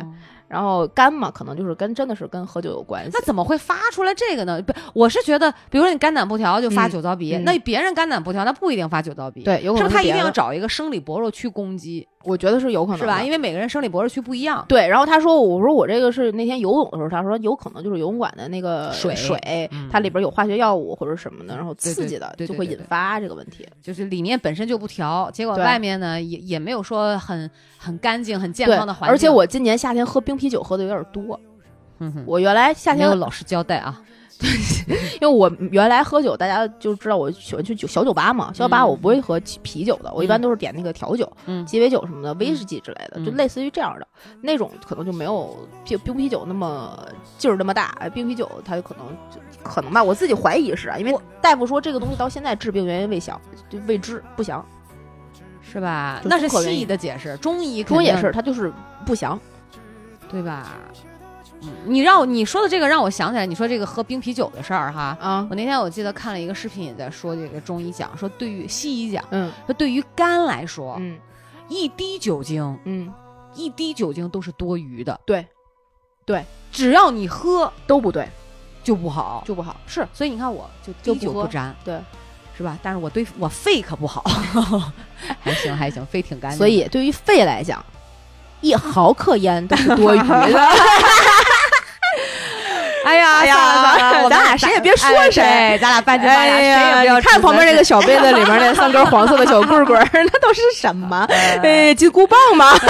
Speaker 2: 然后肝嘛，可能就是跟真的是跟喝酒有关系
Speaker 3: 那。怎么会发出来这个呢？不，我是觉得，比如说你肝胆不调就发
Speaker 2: 嗯
Speaker 3: 酒糟鼻，
Speaker 2: 嗯
Speaker 3: 那别人肝胆不调，那不一定发酒糟鼻。，
Speaker 2: 对，有可
Speaker 3: 是
Speaker 2: 能
Speaker 3: 不是他一
Speaker 2: 别
Speaker 3: 定要
Speaker 2: 的，
Speaker 3: 找一个生理薄弱区攻击，
Speaker 2: 我觉得是有可能
Speaker 3: 是吧？
Speaker 2: 的
Speaker 3: 因为每个人生理薄弱区不一样。
Speaker 2: 对，然后他说，我说我这个是那天游泳的时候，他说有可能就是游泳馆的那个
Speaker 3: 水
Speaker 2: 水，
Speaker 3: 嗯
Speaker 2: 它里边有化学药物或者什么的，然后
Speaker 3: 对
Speaker 2: 刺
Speaker 3: 对
Speaker 2: 激的
Speaker 3: 对
Speaker 2: 就
Speaker 3: 对
Speaker 2: 会
Speaker 3: 对
Speaker 2: 引
Speaker 3: 对
Speaker 2: 发这个问题。
Speaker 3: 就是里面本身就不调，结果
Speaker 2: 对
Speaker 3: 外面呢也也没有说很很干净、很健
Speaker 2: 对
Speaker 3: 康的，环境。
Speaker 2: 而且我今年夏天喝冰啤酒喝的有点多，
Speaker 3: 嗯哼
Speaker 2: 我原来夏
Speaker 3: 没
Speaker 2: 天
Speaker 3: 有老实交代啊，
Speaker 2: 因为我原来喝酒，大家就知道我喜欢去酒小酒吧嘛，小酒吧
Speaker 3: 嗯
Speaker 2: 我不会喝啤啤酒的，我一般都是点那个调酒、
Speaker 3: 嗯
Speaker 2: 鸡尾酒什么的、威士忌之类的，
Speaker 3: 嗯
Speaker 2: 就类似于这样的那种，可能就没有冰冰啤酒那么劲儿那么大。哎冰啤酒它就可能就可能吧，我自己怀疑是啊，因为大夫说这个东西到现在治病原因未详，就未知不详。
Speaker 3: 是吧？
Speaker 2: 就
Speaker 3: 那是
Speaker 2: 不可
Speaker 3: 西
Speaker 2: 原
Speaker 3: 医
Speaker 2: 因
Speaker 3: 的解释，中医肯
Speaker 2: 中也
Speaker 3: 定
Speaker 2: 是，它就是不详。
Speaker 3: 对吧？嗯你让我你说的这个让我想起来，你说这个喝冰啤酒的事儿哈。
Speaker 2: 啊，
Speaker 3: 我那天我记得看了一个视频，也在说这个中医讲，说对于西医讲，
Speaker 2: 嗯
Speaker 3: 说对于肝来说，
Speaker 2: 嗯
Speaker 3: 一滴酒精，
Speaker 2: 嗯，
Speaker 3: 一滴酒精都是多余的。
Speaker 2: 对，对，
Speaker 3: 只要你喝
Speaker 2: 都不对，
Speaker 3: 就不好。
Speaker 2: 就不好。
Speaker 3: 是，所以你看我就
Speaker 2: 就
Speaker 3: 滴酒
Speaker 2: 不喝
Speaker 3: 不沾，
Speaker 2: 对，
Speaker 3: 是吧？但是我对我肺可不好， 还行还行，肺挺干净。
Speaker 2: 所以 对于肺来讲，一毫克烟都是多余的。
Speaker 3: 哎呀，
Speaker 2: 哎呀
Speaker 3: 算了算了，我们
Speaker 2: 咱俩谁也别说
Speaker 3: 哎
Speaker 2: 谁
Speaker 3: 对咱俩半斤八两，
Speaker 2: 哎
Speaker 3: 谁也
Speaker 2: 呀，
Speaker 3: 不要
Speaker 2: 你看旁边这
Speaker 3: 个
Speaker 2: 个小杯子里面那三根黄色的小棍棍 儿，那都是什么？哎，金箍棒 吗？
Speaker 3: 金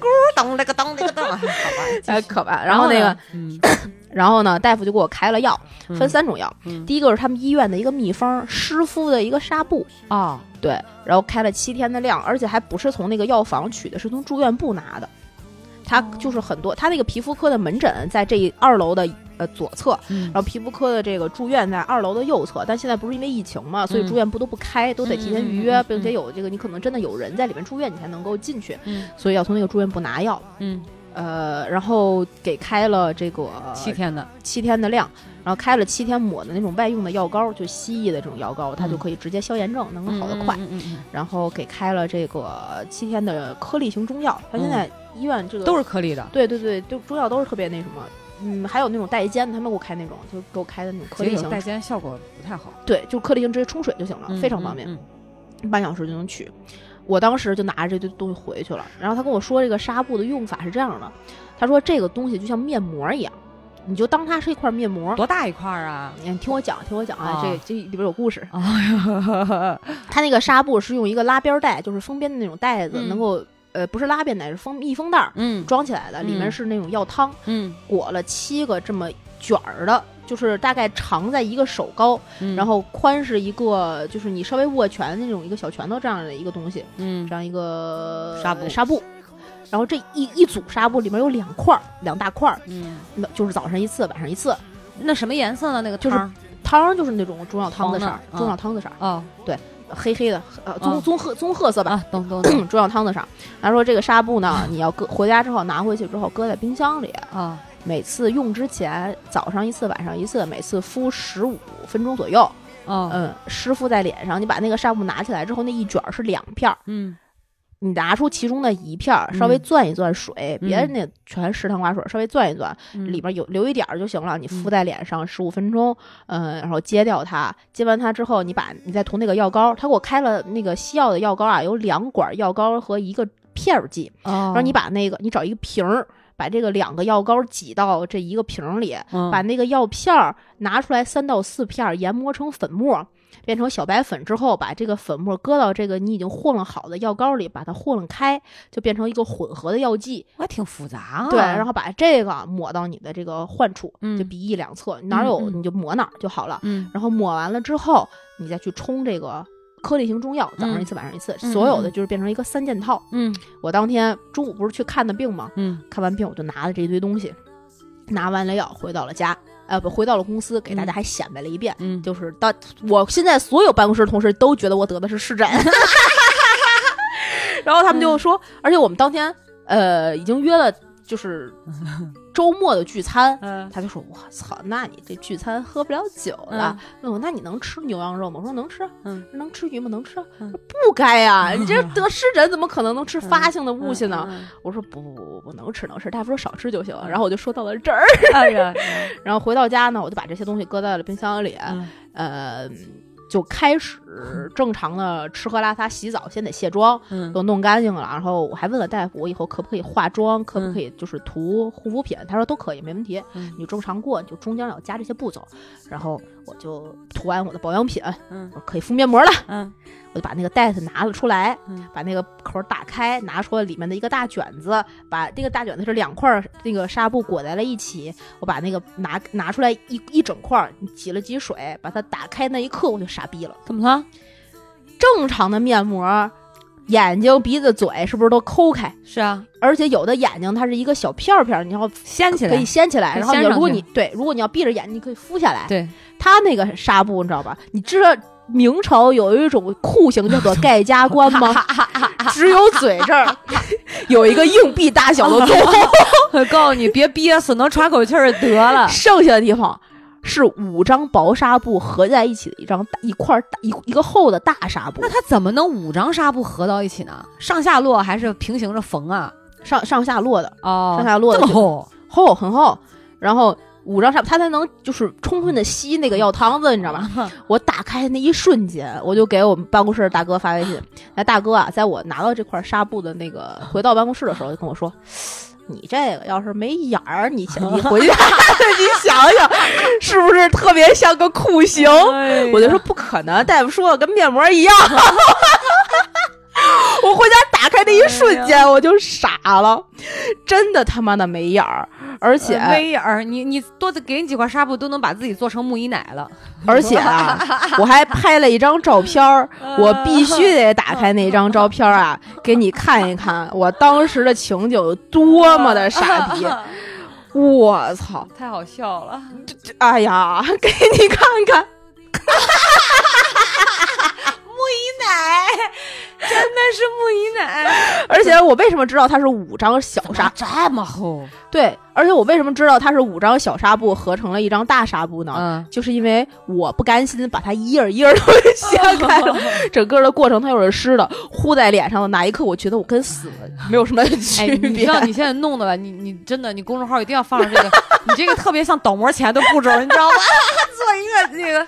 Speaker 3: 箍儿，当了个当了个当，好吧。
Speaker 2: 哎，可怕。然后那个，
Speaker 3: 嗯，
Speaker 2: 然后呢，大夫就给我开了药，分三种药。
Speaker 3: 嗯
Speaker 2: 第一个是他们医院的一个秘方，湿敷的一个纱布，
Speaker 3: 哦，
Speaker 2: 对，然后开了七天的量，而且还不是从那个药房取的，是从住院部拿的。他
Speaker 3: 哦
Speaker 2: 就是很多，他那个皮肤科的门诊在这二楼的呃左侧，
Speaker 3: 嗯
Speaker 2: 然后皮肤科的这个住院在二楼的右侧。但现在不是因为疫情嘛，所以
Speaker 3: 嗯
Speaker 2: 住院部都不开，都得提前预约，
Speaker 3: 嗯嗯嗯嗯
Speaker 2: 并且有这个你可能真的有人在里面住院，你才能够进去，
Speaker 3: 嗯
Speaker 2: 所以要从那个住院部拿药。
Speaker 3: 嗯，
Speaker 2: 呃，然后给开了这个
Speaker 3: 七天的，
Speaker 2: 七天的量，然后开了七天抹的那种外用的药膏，就西医的这种药膏，它就
Speaker 3: 嗯
Speaker 2: 可以直接消炎症，能够好得快。
Speaker 3: 嗯嗯嗯
Speaker 2: 然后给开了这个七天的颗粒型中药。他现在医院这个、
Speaker 3: 嗯都是颗粒的，
Speaker 2: 对对对，就中药都是特别那什么。嗯，还有那种带尖的，他们给我开那种，就给我开的那种颗粒
Speaker 3: 结
Speaker 2: 型
Speaker 3: 果，带尖效果不太好，
Speaker 2: 对，就颗粒型直接冲水就行了，
Speaker 3: 嗯
Speaker 2: 非常方便，
Speaker 3: 嗯
Speaker 2: 半小时就能取。我当时就拿着这堆东西回去了，然后他跟我说这个纱布的用法是这样的，他说这个东西就像面膜一样，你就当它是一块面
Speaker 3: 嗯，
Speaker 2: 膜
Speaker 3: 多大一块儿啊？
Speaker 2: 你听我讲，听我讲啊，
Speaker 3: 啊
Speaker 2: 这这里边有故事。
Speaker 3: 啊，
Speaker 2: 它那个纱布是用一个拉边带，就是封边的那种带子，
Speaker 3: 嗯
Speaker 2: 能够呃不是拉边带，是封密封袋儿
Speaker 3: 嗯
Speaker 2: 装起来的，里面
Speaker 3: 嗯
Speaker 2: 是那种药汤，
Speaker 3: 嗯，
Speaker 2: 裹了七个这么卷儿的。就是大概长在一个手高，
Speaker 3: 嗯
Speaker 2: 然后宽是一个，就是你稍微握拳那种一个小拳头这样的一个东西，
Speaker 3: 嗯
Speaker 2: 这样一个呃
Speaker 3: 纱布
Speaker 2: 纱布，然后这一一组纱布里面有两块儿，两大块儿，
Speaker 3: 嗯，
Speaker 2: 那就是早上一次，晚上一次，
Speaker 3: 那什么颜色呢？那个
Speaker 2: 就是
Speaker 3: 汤儿
Speaker 2: 汤儿就是那种中药汤的色儿
Speaker 3: 黄，的
Speaker 2: 中药汤的色儿，
Speaker 3: 哦
Speaker 2: 黑黑的，呃，棕
Speaker 3: 嗯
Speaker 2: 棕褐棕褐色吧，
Speaker 3: 啊，懂懂懂
Speaker 2: 中药嗯汤的上。他说这个纱布呢，你要搁回家之后拿回去之后搁在冰箱里，
Speaker 3: 啊，
Speaker 2: 每次用之前早上一次，晚上一次，每次敷十五分钟左右，
Speaker 3: 哦
Speaker 2: 嗯，湿敷在脸上。你把那个纱布拿起来之后，那一卷儿是两片儿。
Speaker 3: 嗯
Speaker 2: 你拿出其中的一片儿，稍微
Speaker 3: 嗯
Speaker 2: 攥一攥水，
Speaker 3: 嗯
Speaker 2: 别那全是糖瓜水，稍微攥一攥，
Speaker 3: 嗯
Speaker 2: 里面有留一点儿就行了。你敷在脸上十五分钟，嗯、然后揭掉它，揭完它之后，你把你再涂那个药膏。他给我开了那个西药的药膏啊，有两管药膏和一个片儿剂。
Speaker 3: 哦，
Speaker 2: 然后你把那个，你找一个瓶儿，把这个两个药膏挤到这一个瓶儿里，
Speaker 3: 嗯
Speaker 2: 把那个药片儿拿出来三到四片儿，研磨成粉末，变成小白粉之后，把这个粉末搁到这个你已经和了好的药膏里，把它和了开，就变成一个混合的药剂。
Speaker 3: 还挺复杂啊，
Speaker 2: 对，然后把这个抹到你的这个患处，
Speaker 3: 嗯
Speaker 2: 就鼻翼两侧，哪儿有
Speaker 3: 嗯嗯
Speaker 2: 你就抹哪儿就好了。
Speaker 3: 嗯
Speaker 2: 然后抹完了之后，你再去冲这个颗粒型中药，早上一次，晚上一次，
Speaker 3: 嗯
Speaker 2: 所有的
Speaker 3: 嗯
Speaker 2: 就是变成一个三件套。
Speaker 3: 嗯
Speaker 2: 我当天中午不是去看的病吗？
Speaker 3: 嗯
Speaker 2: 看完病我就拿了这一堆东西，拿完了药回到了家，呃不回到了公司，给大家还显摆了一遍，
Speaker 3: 嗯，
Speaker 2: 就是到我现在所有办公室同事都觉得我得的是湿疹， 然后他们就
Speaker 3: 嗯
Speaker 2: 说，而且我们当天呃已经约了 就是周末的聚餐。
Speaker 3: 嗯
Speaker 2: 他就说：“我操，那你这聚餐喝不了酒了。问我：“那你能吃牛羊肉吗？”我说：“能吃。”啊
Speaker 3: 嗯，
Speaker 2: 能吃鱼吗？能吃啊。
Speaker 3: 嗯
Speaker 2: 说不该呀、你这得湿疹怎么可能能吃发性的物性呢？
Speaker 3: 嗯？嗯
Speaker 2: 我说不不不不能吃能吃，大夫说少吃就行。然后我就说到了 这儿，
Speaker 3: 嗯哎呀，
Speaker 2: 然后回到家呢，我就把这些东西搁在了冰箱里，
Speaker 3: 嗯
Speaker 2: 呃，就 开始正常的吃喝拉撒、洗澡，先得卸妆，
Speaker 3: 嗯
Speaker 2: 都弄干净了。然后我还问了大夫，我以后可不可以化妆，可不可以就是涂护肤品？他说都可以，没问题。
Speaker 3: 嗯
Speaker 2: 你正常过，你就中间要加这些步骤。然后我就涂完我的保养品，
Speaker 3: 嗯
Speaker 2: 我可以敷面膜了。
Speaker 3: 嗯
Speaker 2: 我就把那个袋子拿了出来，
Speaker 3: 嗯
Speaker 2: 把那个口儿打开，拿出了里面的一个大卷子，把那个大卷子是两块儿那个纱布裹在了一起。我把那个拿拿出来一一整块儿，挤了挤水，把它打开那一刻我就傻逼了。
Speaker 3: 怎么了？
Speaker 2: 正常的面膜，眼睛、鼻子、嘴是不是都抠开？
Speaker 3: 是啊，
Speaker 2: 而且有的眼睛它是一个小片儿片儿，你要
Speaker 3: 掀起
Speaker 2: 可以
Speaker 3: 来，
Speaker 2: 掀起来，
Speaker 3: 可以
Speaker 2: 然后
Speaker 3: 掀
Speaker 2: 你
Speaker 3: 上
Speaker 2: 如果
Speaker 3: 去
Speaker 2: 你对，如果你要闭着眼睛，你可以敷下来。
Speaker 3: 对，
Speaker 2: 它那个纱布你知道吧？你知道明朝有一种酷刑叫做盖家关吗？只有嘴这儿有一个硬币大小的洞，。
Speaker 3: 我告诉你，别憋死，能喘口气儿得了
Speaker 2: 剩下的地方是五张薄纱布合在一起的一张大一块儿大一一个厚的大纱布
Speaker 3: 那，他怎么能五张纱布合到一起呢？上下摞还是平行着缝啊？
Speaker 2: 上上下摞的，
Speaker 3: 哦，
Speaker 2: 上下摞的
Speaker 3: 这么厚，
Speaker 2: 厚很厚，然后。五张纱布，它才能就是充分的吸那个
Speaker 3: 嗯
Speaker 2: 药汤子，你知道吧？ 我打开那一瞬间，我就给我们办公室的大哥发微信。那大哥啊，在我拿到这块纱布的 那个回到办公室的时候，就跟我说：“你这个要是没眼儿，你 想你回家 你想想，是不是特别像个酷刑？”
Speaker 3: 哎呀
Speaker 2: 我就说不可能，大夫说我跟面膜一样。
Speaker 3: 哎
Speaker 2: 我回家打开那一瞬间，我就傻了，真的他妈的没眼儿。而且、
Speaker 3: 呃威尔，你你多给你几块纱布都能把自己做成木姨奶了。
Speaker 2: 而且啊，我还拍了一张照片儿，我必须得打开那张照片儿啊，给你看一看我当时的情景有多么的傻逼。我操！
Speaker 3: 太好笑了，
Speaker 2: 哎呀， 给你看看，
Speaker 3: 姨奶， 真的是木姨奶，
Speaker 2: 而且我为什么知道它是五张小
Speaker 3: 嗯
Speaker 2: 纱？
Speaker 3: 这么厚？
Speaker 2: 对，而且我为什么知道它是五张小纱布合成了一张大纱布呢？
Speaker 3: 嗯，
Speaker 2: 就是因为我不甘心把它一页儿一页儿都给掀开 了，整个的过程它又是湿的，糊在脸上的那一刻，我觉得我跟死了没有什么
Speaker 3: 哎，
Speaker 2: 区
Speaker 3: 你知
Speaker 2: 别。
Speaker 3: 道你现在弄的吧？你你真的，你公众号一定要放上这个，你这个特别像倒模前的步骤，你知道吗？ 做一个这个，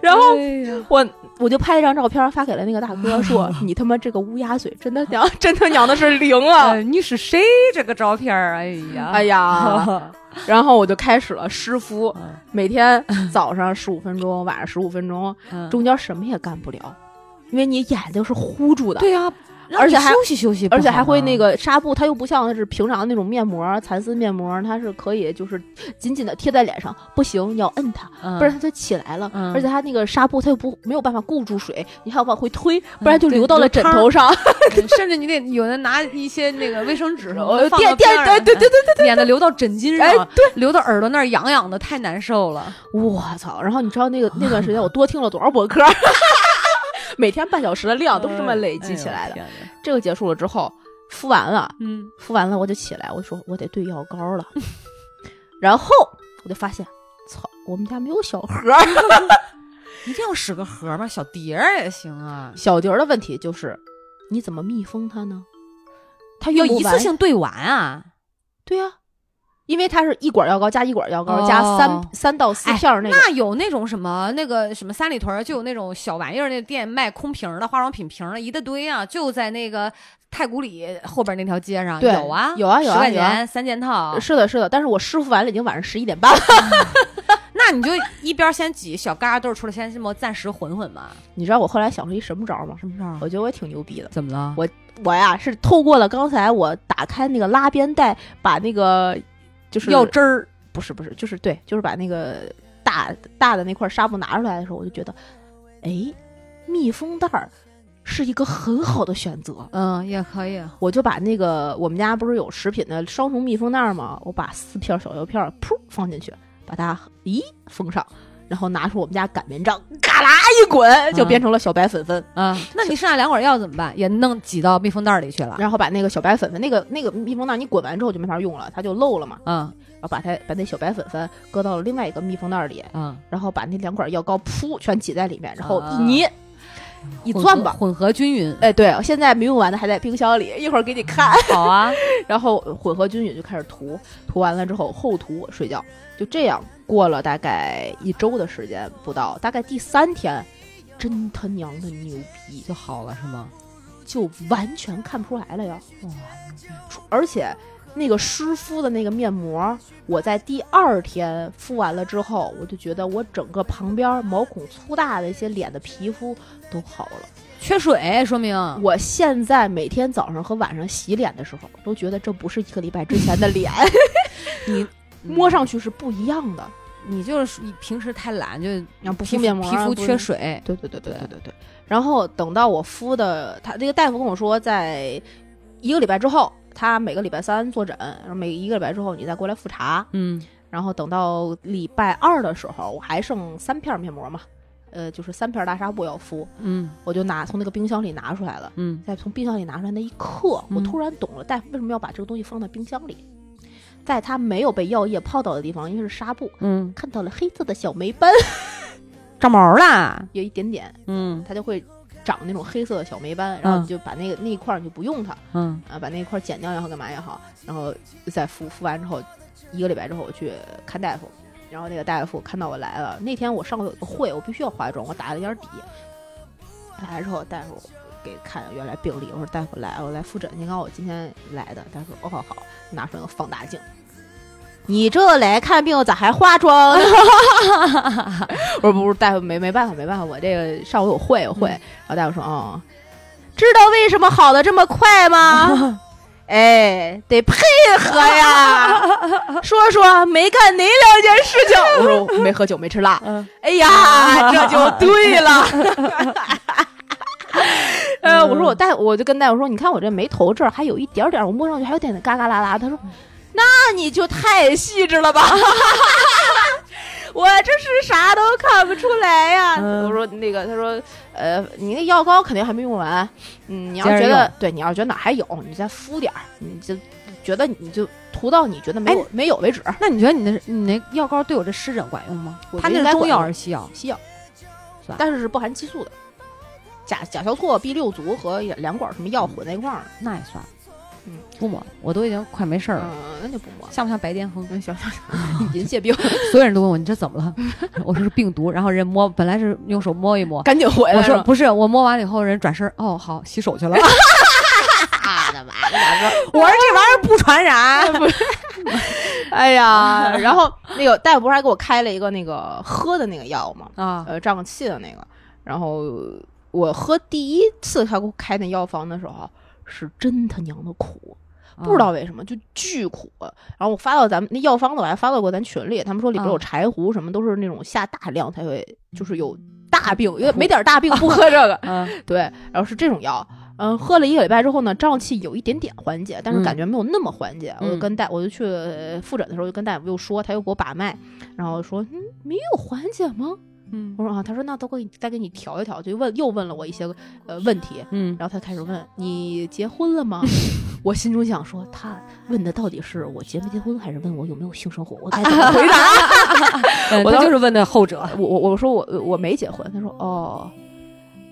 Speaker 2: 然后
Speaker 3: 哎呀
Speaker 2: 我我就拍一张照片发给了那个大 哥，说你他妈这个乌鸦嘴真的娘 真的娘的是灵啊！
Speaker 3: 呃你是谁？这个照片儿，哎呀，啊
Speaker 2: 哎 呀，然后我就开始了湿敷，
Speaker 3: 嗯
Speaker 2: 每天早上十五分钟，晚上十五分钟，
Speaker 3: 嗯，
Speaker 2: 中间什么也干不了，因为你眼睛是糊住的。
Speaker 3: 对呀、让
Speaker 2: 而且
Speaker 3: 你
Speaker 2: 还
Speaker 3: 休息休息不好
Speaker 2: 而
Speaker 3: 吗，
Speaker 2: 且还会那个纱布，它又不像是平常的那种面膜、蚕丝面膜，它是可以就是紧紧的贴在脸上，不行你要摁它，
Speaker 3: 嗯，
Speaker 2: 不然它就起来了。
Speaker 3: 嗯
Speaker 2: 而且它那个纱布它又不没有办法固住水，你还要往回推，不然就
Speaker 3: 嗯对
Speaker 2: 流到了
Speaker 3: 流
Speaker 2: 枕
Speaker 3: 汤儿
Speaker 2: 头上。
Speaker 3: 嗯 甚至你得有的拿一些那个卫生纸什么
Speaker 2: 呃
Speaker 3: 的放
Speaker 2: 垫
Speaker 3: 到
Speaker 2: 垫
Speaker 3: 边儿
Speaker 2: 对对对对
Speaker 3: 对，免得流到枕巾上，
Speaker 2: 哎
Speaker 3: 对，流到耳朵那儿痒痒的，太难受了。
Speaker 2: 我操！然后你知道那个那段时间我多听了多少博客， 每天半小时的啊量都是这么累积起来的。
Speaker 3: 哎呦天哪
Speaker 2: 这个结束了之后，敷完了，
Speaker 3: 嗯，
Speaker 2: 敷完了我就起来，我说我得兑药膏了， 然后我就发现，操，我们家没有小盒儿。
Speaker 3: 一定要使个盒吗？小碟儿也行啊，
Speaker 2: 小碟儿的问题就是，你怎么密封它呢？它
Speaker 3: 要
Speaker 2: 用不
Speaker 3: 一次
Speaker 2: 完
Speaker 3: 性兑完啊。
Speaker 2: 对呀、因为它是一管药膏加一管药膏、
Speaker 3: 哦
Speaker 2: 加三三到四
Speaker 3: 哎
Speaker 2: 片儿那个。
Speaker 3: 那有那种什么那个什么三里屯儿就有那种小玩意儿，那店卖空瓶儿的化妆品瓶儿的一大堆啊，就在那个太古里后边那条街上
Speaker 2: 对
Speaker 3: 有啊，
Speaker 2: 有啊有啊
Speaker 3: 十块
Speaker 2: 有啊
Speaker 3: 钱三件套。
Speaker 2: 是的，是的，但是我师傅完了已经晚上十一点半了。
Speaker 3: 那你就一边先挤小旮旯豆儿出来，先这么暂时混混嘛。
Speaker 2: 你知道我后来想出一什么招儿吗？
Speaker 3: 什么事儿
Speaker 2: 我？觉得我也挺牛逼的。
Speaker 3: 怎么了？
Speaker 2: 我呀是透过了刚才我打开那个拉边带，把那个就是
Speaker 3: 药汁儿
Speaker 2: 不是不是，就是对，就是把那个大大的那块纱布拿出来的时候，我就觉得，哎，密封袋儿是一个很好的选择。
Speaker 3: 嗯，也可以。
Speaker 2: 我就把那个我们家不是有食品的双重密封袋儿吗？我把四片小药片儿噗放进去，把它咦封上，然后拿出我们家擀面杖，嘎啦一滚，就变成了小白粉粉。
Speaker 3: 啊，那你剩下两管药怎么办？也弄挤到密封袋儿里去了。
Speaker 2: 然后把那个小白粉粉，那个那个密封袋儿你滚完之后就没法用了，它就漏了嘛。
Speaker 3: 嗯
Speaker 2: 然后把它把那小白粉粉搁到了另外一个密封袋儿里，
Speaker 3: 嗯，
Speaker 2: 然后把那两管药膏噗全挤在里面，然后
Speaker 3: 啊
Speaker 2: 一捏、一
Speaker 3: 混
Speaker 2: 攥
Speaker 3: 合
Speaker 2: 吧。
Speaker 3: 混合均 匀。
Speaker 2: 哎，对，现在没用完的还在冰箱里，一会儿给你看。
Speaker 3: 好啊，
Speaker 2: 然后混合均匀就开始涂，涂完了之后后涂睡觉，就这样过了大概一周的时间不到，大概第三天，真他娘的牛逼，
Speaker 3: 就好了是吗？
Speaker 2: 就完全看不出来了呀！出而且那个湿敷的那个面膜，我在第二天敷完了之后，我就觉得我整个旁边毛孔粗大的一些脸的皮肤都好了。
Speaker 3: 缺水说明。
Speaker 2: 我现在每天早上和晚上洗脸的时候，都觉得这不是一个礼拜之前的脸，
Speaker 3: 你
Speaker 2: 摸上去是不一样的。
Speaker 3: 你就是你平时太懒，就
Speaker 2: 然后不
Speaker 3: 皮
Speaker 2: 敷
Speaker 3: 肤
Speaker 2: 面膜
Speaker 3: 嗯皮
Speaker 2: 啊，
Speaker 3: 肤
Speaker 2: 不
Speaker 3: 缺
Speaker 2: 是。
Speaker 3: 水。
Speaker 2: 对对对对
Speaker 3: 对
Speaker 2: 对对对。然后等到我敷的，他那个大夫跟我说，在一个礼拜之后，他每个礼拜三坐诊，然后每一个礼拜之后你再过来复查。
Speaker 3: 嗯，
Speaker 2: 然后等到礼拜二的时候，我还剩三片面膜嘛，呃，就是三片大纱布要敷，
Speaker 3: 嗯
Speaker 2: 我就拿从那个冰箱里拿出来了。
Speaker 3: 嗯，
Speaker 2: 在从冰箱里拿出来那一刻，我
Speaker 3: 嗯
Speaker 2: 突然懂了大夫为什么要把这个东西放到冰箱里，在它没有被药液泡到的地方，因为是纱布，
Speaker 3: 嗯，
Speaker 2: 看到了黑色的小霉斑，
Speaker 3: 长毛啦。
Speaker 2: 有一点点，
Speaker 3: 嗯
Speaker 2: 它就会长那种黑色的小霉斑，然后
Speaker 3: 嗯
Speaker 2: 你就把那个那一块儿你就不用它
Speaker 3: 嗯，
Speaker 2: 啊，把那一块儿剪掉也好，干嘛也好，然后再敷敷完之后，一个礼拜之后我去看大夫，然后那个大夫看到我来了，那天我上午有个会，我必须要化妆，我打了一点底，来之后大夫。给看原来病历，我说大夫来了，我来复诊。你看我今天来的，大夫说哦好好，拿出那个放大镜，你这来看病咋还化妆呢？ 我说不是，大夫没没办法，没办法，我这个上午有会有会。然后大夫说，哦，知道为什么 好的这么快吗？哎，得配合呀。说说没干哪两件事情？我说我没喝酒，没吃辣。
Speaker 3: 嗯
Speaker 2: 哎 呀，这就对了。呃，我说我大，我就跟大夫说，你看我这眉头这儿还有一点点，我摸上去还有点点嘎嘎啦啦。他说，那你就太细致了吧。 我这是啥都看不出来呀、
Speaker 3: 嗯
Speaker 2: 我说那个，他说，呃，你那药膏肯定还没用完，嗯，你要
Speaker 3: 接着
Speaker 2: 觉
Speaker 3: 用
Speaker 2: 得对，你要觉得哪还有，你再敷点儿，你就觉得你就涂到你觉得没有、没有为止。
Speaker 3: 那你觉得你的你那药膏对我这湿疹管用吗
Speaker 2: 我？觉
Speaker 3: 它
Speaker 2: 得
Speaker 3: 那是
Speaker 2: 应该
Speaker 3: 中
Speaker 2: 管
Speaker 3: 药
Speaker 2: 用
Speaker 3: 还是西药？
Speaker 2: 西药
Speaker 3: 是吧，
Speaker 2: 但是是不含激素的，甲甲硝唑、B 六族和两管什么药混在一块儿。
Speaker 3: 那也算。
Speaker 2: 嗯，
Speaker 3: 不抹了，我都已经快没事儿
Speaker 2: 嗯
Speaker 3: 了，，
Speaker 2: 那就不抹。
Speaker 3: 像不像白癜风？
Speaker 2: 嗯，行行行，银屑病，
Speaker 3: 所有人都问我你这怎么了？ 我说是病毒。然后人摸，本来是用手摸一摸，
Speaker 2: 赶紧回来。
Speaker 3: 我说
Speaker 2: 是吧
Speaker 3: 不是，我摸完了以后，人转身哦，好洗手 去了。
Speaker 2: 啊，的妈呀！
Speaker 3: 我说这玩意儿不传染，
Speaker 2: 哎 呀，然后那个大夫不是还给我开了一个那个喝的那个药吗？
Speaker 3: 啊，
Speaker 2: 呃，胀气的那个。然后我喝第一次他给我开那药方的时候，是真他娘的苦，不知道
Speaker 3: 嗯
Speaker 2: 为什么就巨苦。然后我发到咱们那药方的，我还发到过咱群里，他们说里边有
Speaker 3: 啊
Speaker 2: 柴胡，什么都是那种下大量才会，就是有大病，因为没点大病不喝这个。
Speaker 3: 嗯，
Speaker 2: 对，然后是这种药。嗯，喝了一个礼拜之后呢，胀气有一点点缓解，但是感
Speaker 3: 嗯
Speaker 2: 觉没有那么缓解。我就
Speaker 3: 嗯
Speaker 2: 跟大，我就去呃复诊的时候就跟大夫又说，他又给我把脉，然后说，嗯，没有缓解吗？
Speaker 3: 嗯
Speaker 2: 我说啊，他说那都给你再给你调一调，就问又问了我一些个呃问题，
Speaker 3: 嗯，
Speaker 2: 然后他开始问你结婚了吗？ 我心中想说，他问的到底是我结没结婚，还是问我有没有性生活？我该怎么回答？
Speaker 3: 嗯
Speaker 2: 我
Speaker 3: 他
Speaker 2: 当
Speaker 3: 就是问的后者，
Speaker 2: 我我我说我我没结婚，他说哦，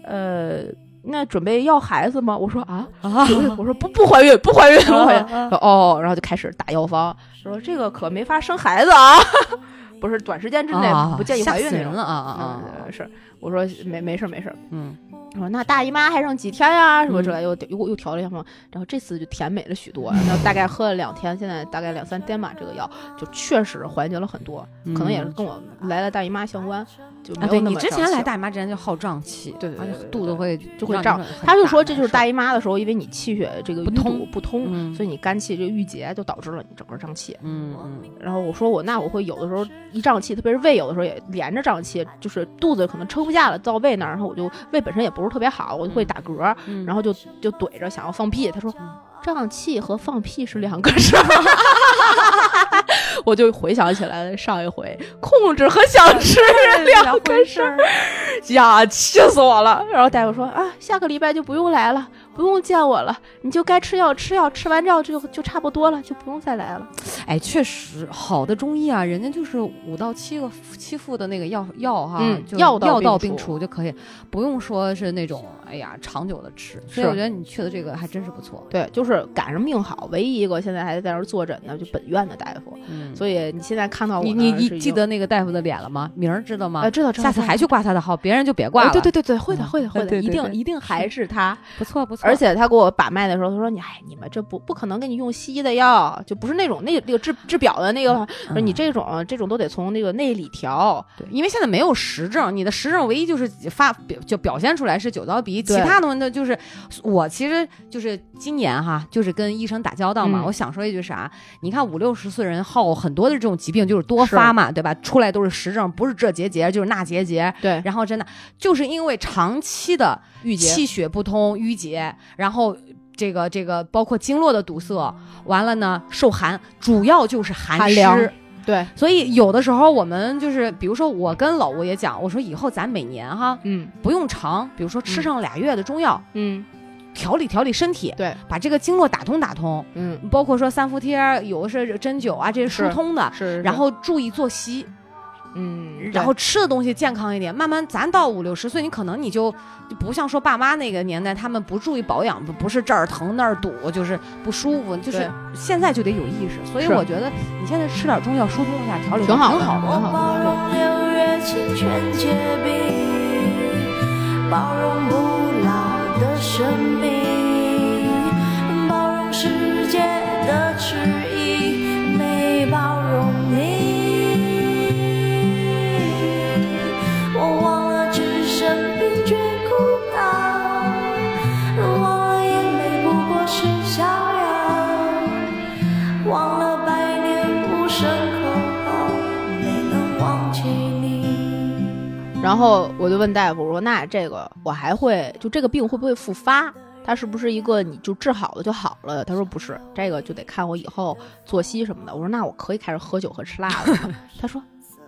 Speaker 2: 呃，那准备要孩子吗？我说啊，
Speaker 3: 啊
Speaker 2: 我说不不怀孕，不怀孕，不怀孕。
Speaker 3: 啊
Speaker 2: 说哦，然后就开始打药方，说这个可没法生孩子啊， 不是短时间之内
Speaker 3: 啊
Speaker 2: 不建议
Speaker 3: 吓
Speaker 2: 怀孕
Speaker 3: 死
Speaker 2: 那
Speaker 3: 人
Speaker 2: 种。
Speaker 3: 了啊啊啊
Speaker 2: 嗯，！是，我说没没事儿没事儿，
Speaker 3: 嗯，
Speaker 2: 我说那大姨妈还剩几天呀、什么
Speaker 3: 嗯
Speaker 2: 之类的，又又又调了一下嘛，然后这次就甜美了许多，然后大概喝了两天，现在大概两三天吧，这个药就确实缓解了很多，可能也是
Speaker 3: 嗯
Speaker 2: 跟我来了大姨妈相关，就没
Speaker 3: 啊，
Speaker 2: 有
Speaker 3: 对
Speaker 2: 那
Speaker 3: 你
Speaker 2: 么
Speaker 3: 之
Speaker 2: 胀
Speaker 3: 前
Speaker 2: 气
Speaker 3: 来
Speaker 2: 了
Speaker 3: 大姨妈之前就好胀气，
Speaker 2: 对对对
Speaker 3: 而且
Speaker 2: 对对
Speaker 3: 肚子会
Speaker 2: 就会
Speaker 3: 让
Speaker 2: 胀
Speaker 3: 你很
Speaker 2: 他就说
Speaker 3: 很
Speaker 2: 这就是
Speaker 3: 难
Speaker 2: 大姨妈的时候，因为你气血这个
Speaker 3: 不
Speaker 2: 淤堵
Speaker 3: 通
Speaker 2: 不通，
Speaker 3: 嗯
Speaker 2: 所以你肝气这个郁结，就导致了你整个胀气
Speaker 3: 受，。嗯嗯
Speaker 2: 然后我说我那我会有的时候一胀气，特别是胃有的时候也连着胀气，就是肚子可能撑不下了，到胃那儿，然后我就胃本身也不是特别好，我就会打嗝，
Speaker 3: 嗯，
Speaker 2: 然
Speaker 3: 后
Speaker 2: 后就就怼着想要放屁。他说
Speaker 3: 嗯
Speaker 2: 胀气和放屁是两个事儿。 我就回想起来了上一回，控制和想吃
Speaker 3: 嗯
Speaker 2: 两个事儿，呀，气死我了！然后大夫说啊，下个礼拜就不用来了，不用见我了，你就该吃药吃药，吃完药就就差不多了，就不用再来了。
Speaker 3: 哎，确实好的中医啊，人家就是五到七个七副的那个药药哈，
Speaker 2: 嗯
Speaker 3: 就
Speaker 2: 药
Speaker 3: 药
Speaker 2: 到病
Speaker 3: 到
Speaker 2: 除
Speaker 3: 病除就可以，不用说是那种哎呀长久的吃。所以
Speaker 2: 是
Speaker 3: 我觉得你去的这个还真是不错。
Speaker 2: 对，就是赶上命好，唯一一个现在还在那儿坐诊呢，就本院的大夫。
Speaker 3: 嗯，
Speaker 2: 所以你现在看到我
Speaker 3: 你
Speaker 2: 呢
Speaker 3: 你
Speaker 2: 是
Speaker 3: 你
Speaker 2: 已
Speaker 3: 记
Speaker 2: 经
Speaker 3: 得那个大夫的脸了吗？名儿知道吗
Speaker 2: 呃，？知道知道
Speaker 3: 下次
Speaker 2: 知道
Speaker 3: 还去挂他的号，别人就别挂
Speaker 2: 哎
Speaker 3: 了。
Speaker 2: 对对，对对，会的
Speaker 3: 嗯
Speaker 2: 会的会的，
Speaker 3: 对
Speaker 2: 一
Speaker 3: 对
Speaker 2: 定
Speaker 3: 对
Speaker 2: 一定 还是他。
Speaker 3: 不错不错。
Speaker 2: 而且他给我把脉的时候，他说：“你哎，你们这不不可能给你用西医的药，就不是那种那那个治治表的那个，说你
Speaker 3: 嗯
Speaker 2: 这种这种都得从那个内里调。
Speaker 3: 对，因为现在没有实证，你的实证唯一就是发表就表现出来是酒糟鼻，其
Speaker 2: 对
Speaker 3: 他的问题就是我其实就是今年哈，就是跟医生打交道嘛，
Speaker 2: 嗯
Speaker 3: 我想说一句啥？你看五六十岁人好很多的这种疾病就是多发嘛，对吧？出来都是实证，不是这结节就是那结节，
Speaker 2: 对，
Speaker 3: 然后真的就是因为长期的
Speaker 2: 郁结
Speaker 3: 气血不通、淤结，然后这个这个包括经络的堵塞，完了呢受寒，主要就是寒
Speaker 2: 寒
Speaker 3: 湿。
Speaker 2: 凉对，
Speaker 3: 所以有的时候我们就是，比如说我跟老吴也讲，我说以后咱每年哈
Speaker 2: 嗯
Speaker 3: 不用长，比如说吃上俩月的中药，
Speaker 2: 嗯，
Speaker 3: 调理调理身体，
Speaker 2: 对，
Speaker 3: 把这个经络打通打通，
Speaker 2: 嗯
Speaker 3: 包括说三伏贴儿，有的是针灸啊，这些疏
Speaker 2: 是
Speaker 3: 通的。
Speaker 2: 是，
Speaker 3: 然后注意作息，
Speaker 2: 嗯，
Speaker 3: 然后吃的东西健康一点。慢慢，咱到五六十岁，你可能你就就不像说爸妈那个年代，他们不注意保养，不不是这儿疼那儿堵，就是不舒服，就是
Speaker 2: 对
Speaker 3: 现在就得有意识。所以
Speaker 2: 是
Speaker 3: 我觉得你现在吃点中药疏通一下，调理
Speaker 2: 挺好
Speaker 3: 好，
Speaker 2: 的
Speaker 3: 挺好
Speaker 2: 挺
Speaker 3: 的
Speaker 2: 好的
Speaker 4: 我包容六月清泉结冰，包容不老的生命，包容世界的迟疑，没包容你。我忘了置身冰绝孤岛，忘了眼泪不过是逍遥。忘了百年无伤口后没能忘记你。
Speaker 2: 然后我就问大夫，我说那这个我还会就这个病会不会复发？它是不是一个你就治好了就好了？他说不是，这个就得看我以后作息什么的。我说那我可以开始喝酒和吃辣的吗？ 他说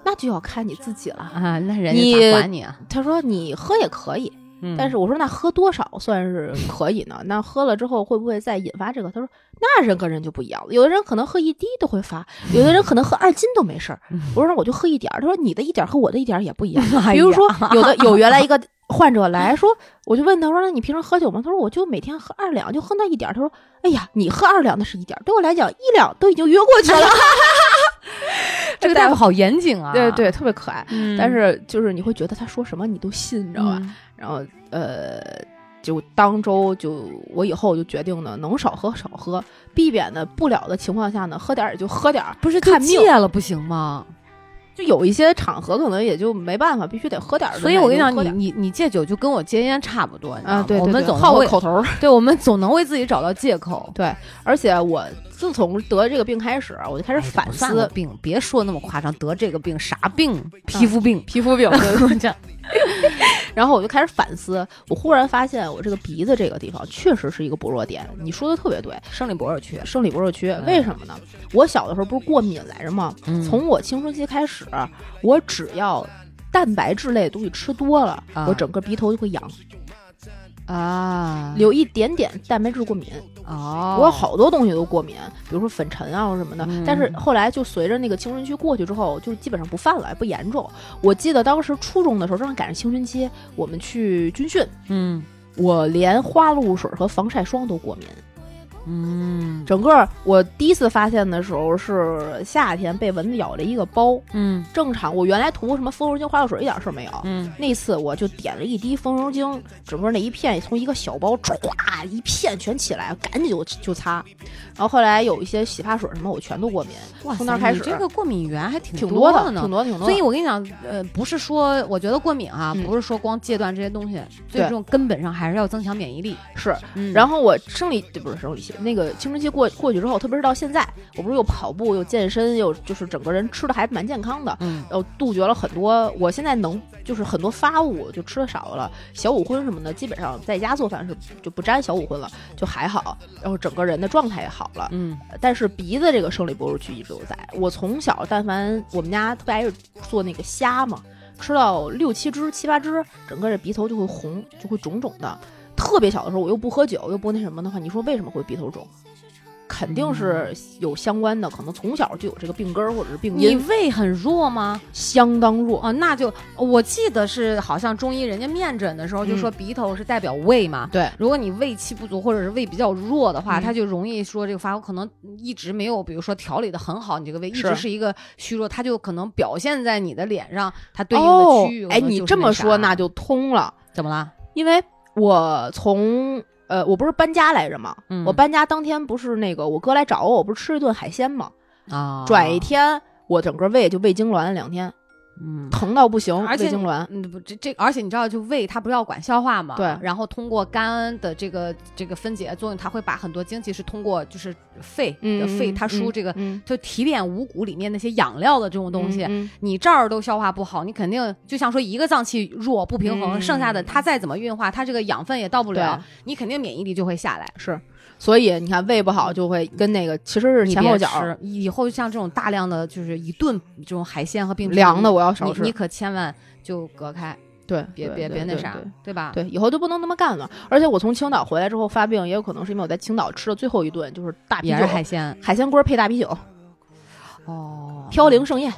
Speaker 2: 那就要看你自己了。
Speaker 3: 啊，那人
Speaker 2: 你
Speaker 3: 家咋管你啊？
Speaker 2: 他说你喝也可以，
Speaker 3: 嗯
Speaker 2: 但是我说那喝多少算是可以呢？那喝了之后会不会再引发这个？他说那人跟人就不一样了，有的人可能喝一滴都会发，有的人可能喝二斤都没事儿。我说那我就喝一点儿，他说你的一点儿和我的一点儿也不一 样。
Speaker 3: 嗯，
Speaker 2: 比如说有的有原来一个患者来说， 我就问他我说：“那你平常喝酒吗？”他说：“我就每天喝二两，就喝那一点儿。”他说：“哎呀，你喝二两那是一点儿，对我来讲一两都已经约过去了。
Speaker 3: 这个大夫好严谨啊，
Speaker 2: 对 对，特别可爱。
Speaker 3: 嗯，
Speaker 2: 但是啊就是你会觉得他说什么你都信，你知道吧？
Speaker 3: 嗯
Speaker 2: 然后呃，就当周就我以后就决定呢，能少喝少喝，避免呢不了的情况下呢，喝点儿也就喝点儿，
Speaker 3: 不是就
Speaker 2: 看命
Speaker 3: 戒。了不行吗？
Speaker 2: 就有一些场合可能也就没办法，必须得喝点儿的
Speaker 3: 所以
Speaker 2: 奶
Speaker 3: 我跟你
Speaker 2: 就
Speaker 3: 讲，
Speaker 2: 喝
Speaker 3: 你
Speaker 2: 点儿
Speaker 3: 你你戒酒就跟我戒烟差不多你知道
Speaker 2: 啊，
Speaker 3: 吗
Speaker 2: 对，
Speaker 3: 我
Speaker 2: 对
Speaker 3: 们
Speaker 2: 对
Speaker 3: 总
Speaker 2: 好
Speaker 3: 能
Speaker 2: 个
Speaker 3: 为
Speaker 2: 口头儿。
Speaker 3: 对我们总能为自己找到借 口。
Speaker 2: 对，而且我自从得这个病开始，啊我就开始
Speaker 3: 哎
Speaker 2: 反
Speaker 3: 不
Speaker 2: 思嗯
Speaker 3: 算了病，别说那么夸张，得这个病啥病？皮肤病。
Speaker 2: 皮 肤病，
Speaker 3: 这样
Speaker 2: 然后我就开始反思，我忽然发现我这个鼻子这个地方确实是一个薄弱点。你说的特别对，
Speaker 3: 生理薄弱区，
Speaker 2: 生理薄弱区，为什么呢？我小的时候不是过敏来着吗？
Speaker 3: 哎嗯
Speaker 2: 从我青春期开始，我只要蛋白质类的东西吃多了，
Speaker 3: 啊
Speaker 2: 我整个鼻头就会痒，
Speaker 3: 啊，
Speaker 2: 有一点点蛋白质过敏。
Speaker 3: 哦，
Speaker 2: 我有好多东西都过敏，比如说粉尘啊什么的。
Speaker 3: 嗯
Speaker 2: 但是后来就随着那个青春期过去之后，就基本上不犯了，也不严重。我记得当时初中的时候，正好赶上青春期，我们去军训，
Speaker 3: 嗯
Speaker 2: 我连花露水和防晒霜都过敏。
Speaker 3: 嗯
Speaker 2: 整个我第一次发现的时候是夏天被蚊子咬了一个包，
Speaker 3: 嗯
Speaker 2: 正常我原来涂什么风油精、花露水一点事儿没有。
Speaker 3: 嗯，
Speaker 2: 那次我就点了一滴风油精，整个那一片从一个小包歘一片全起来，赶紧就就擦。然后后来有一些洗发水什么我全都过敏，
Speaker 3: 哇
Speaker 2: 从
Speaker 3: 塞
Speaker 2: 那儿开
Speaker 3: 你
Speaker 2: 始
Speaker 3: 这个过敏源还挺
Speaker 2: 挺
Speaker 3: 多
Speaker 2: 的，
Speaker 3: 呢，
Speaker 2: 挺多的挺多的。
Speaker 3: 所以我跟你讲，呃，不是说我觉得过敏啊，
Speaker 2: 哦嗯
Speaker 3: 不是说光戒断这些东西，
Speaker 2: 对
Speaker 3: 最重根本上还是要增强免疫力。
Speaker 2: 是，
Speaker 3: 嗯
Speaker 2: 然后我生理对不是嗯生理期，那个青春期过过去之后，特别是到现在，我不是又跑步又健身，又就是整个人吃的还蛮健康的。
Speaker 3: 嗯，
Speaker 2: 然后呃杜绝了很多，我现在能就是很多发物就吃的少了，小五荤什么的，基本上在家做饭是就不沾小五荤了，就还好，然后整个人的状态也好了。
Speaker 3: 嗯
Speaker 2: 但是鼻子这个生理薄弱区一直都在。我从小，但凡我们家特别爱做那个虾嘛，吃到六七只、七八只，整个这鼻头就会红，就会肿肿的。特别小的时候，我又不喝酒，又不那什么的话，你说为什么会鼻头肿？肯定是有相关的，可能从小就有这个病根儿或者是病
Speaker 3: 嗯你
Speaker 2: 因，
Speaker 3: 胃很弱吗？
Speaker 2: 相当弱。
Speaker 3: 哦，那就我记得是好像中医人家面诊的时
Speaker 2: 嗯
Speaker 3: 候就说鼻头是代表胃嘛。
Speaker 2: 对，
Speaker 3: 如果你胃气不足或者是胃比较弱的话，
Speaker 2: 嗯
Speaker 3: 它就容易说这个发，可能一直没有，比如说调理的很好，你这个胃一
Speaker 2: 是
Speaker 3: 直是一个虚弱，它就可能表现在你的脸上，它对应
Speaker 2: 哦
Speaker 3: 的区域。，
Speaker 2: 哎，你这么说那
Speaker 3: 就
Speaker 2: 就通了，
Speaker 3: 怎么了？
Speaker 2: 因为我从呃，我不是搬家来着嘛，
Speaker 3: 嗯
Speaker 2: 我搬家当天不是那个我哥来找我，我不是吃了一顿海鲜嘛，
Speaker 3: 啊，
Speaker 2: 转一，天，我整个胃就胃痉挛两天，
Speaker 3: 嗯，
Speaker 2: 疼到不行，
Speaker 3: 而且
Speaker 2: 胃痉挛。
Speaker 3: 嗯，不，这这，而且你知道，就胃它不是要管消化嘛，
Speaker 2: 对
Speaker 3: 然后通过肝的这个这个分解作用，它会把很多精气是通过就是肺，
Speaker 2: 嗯，
Speaker 3: 肺它输这个、
Speaker 2: 嗯
Speaker 3: 就提炼五谷里面那些养料的这种东西。
Speaker 2: 嗯
Speaker 3: 你这儿都消化不好，你肯定就像说一个脏器弱不平衡，
Speaker 2: 嗯
Speaker 3: 剩下的它再怎么运化，它这个养分也到不了，你肯定免疫力就会下来。
Speaker 2: 是，所以你看胃不好就会跟那个其实是
Speaker 3: 你
Speaker 2: 前
Speaker 3: 别
Speaker 2: 后脚
Speaker 3: 吃以后像这种大量的就是一顿这种海鲜和冰淇淋
Speaker 2: 凉的，我要少
Speaker 3: 你
Speaker 2: 吃
Speaker 3: 你。可千万就隔开，
Speaker 2: 对，
Speaker 3: 别
Speaker 2: 对
Speaker 3: 别
Speaker 2: 对
Speaker 3: 别那
Speaker 2: 对
Speaker 3: 啥
Speaker 2: 对，
Speaker 3: 对吧？
Speaker 2: 对，以后就不能那么干了。而且我从青岛回来之后发病，也有可能是因为我在青岛吃的最后一顿就是大啤
Speaker 3: 也是
Speaker 2: 酒，
Speaker 3: 海鲜
Speaker 2: 海鲜锅配大啤酒，
Speaker 3: 哦
Speaker 2: 飘零盛宴，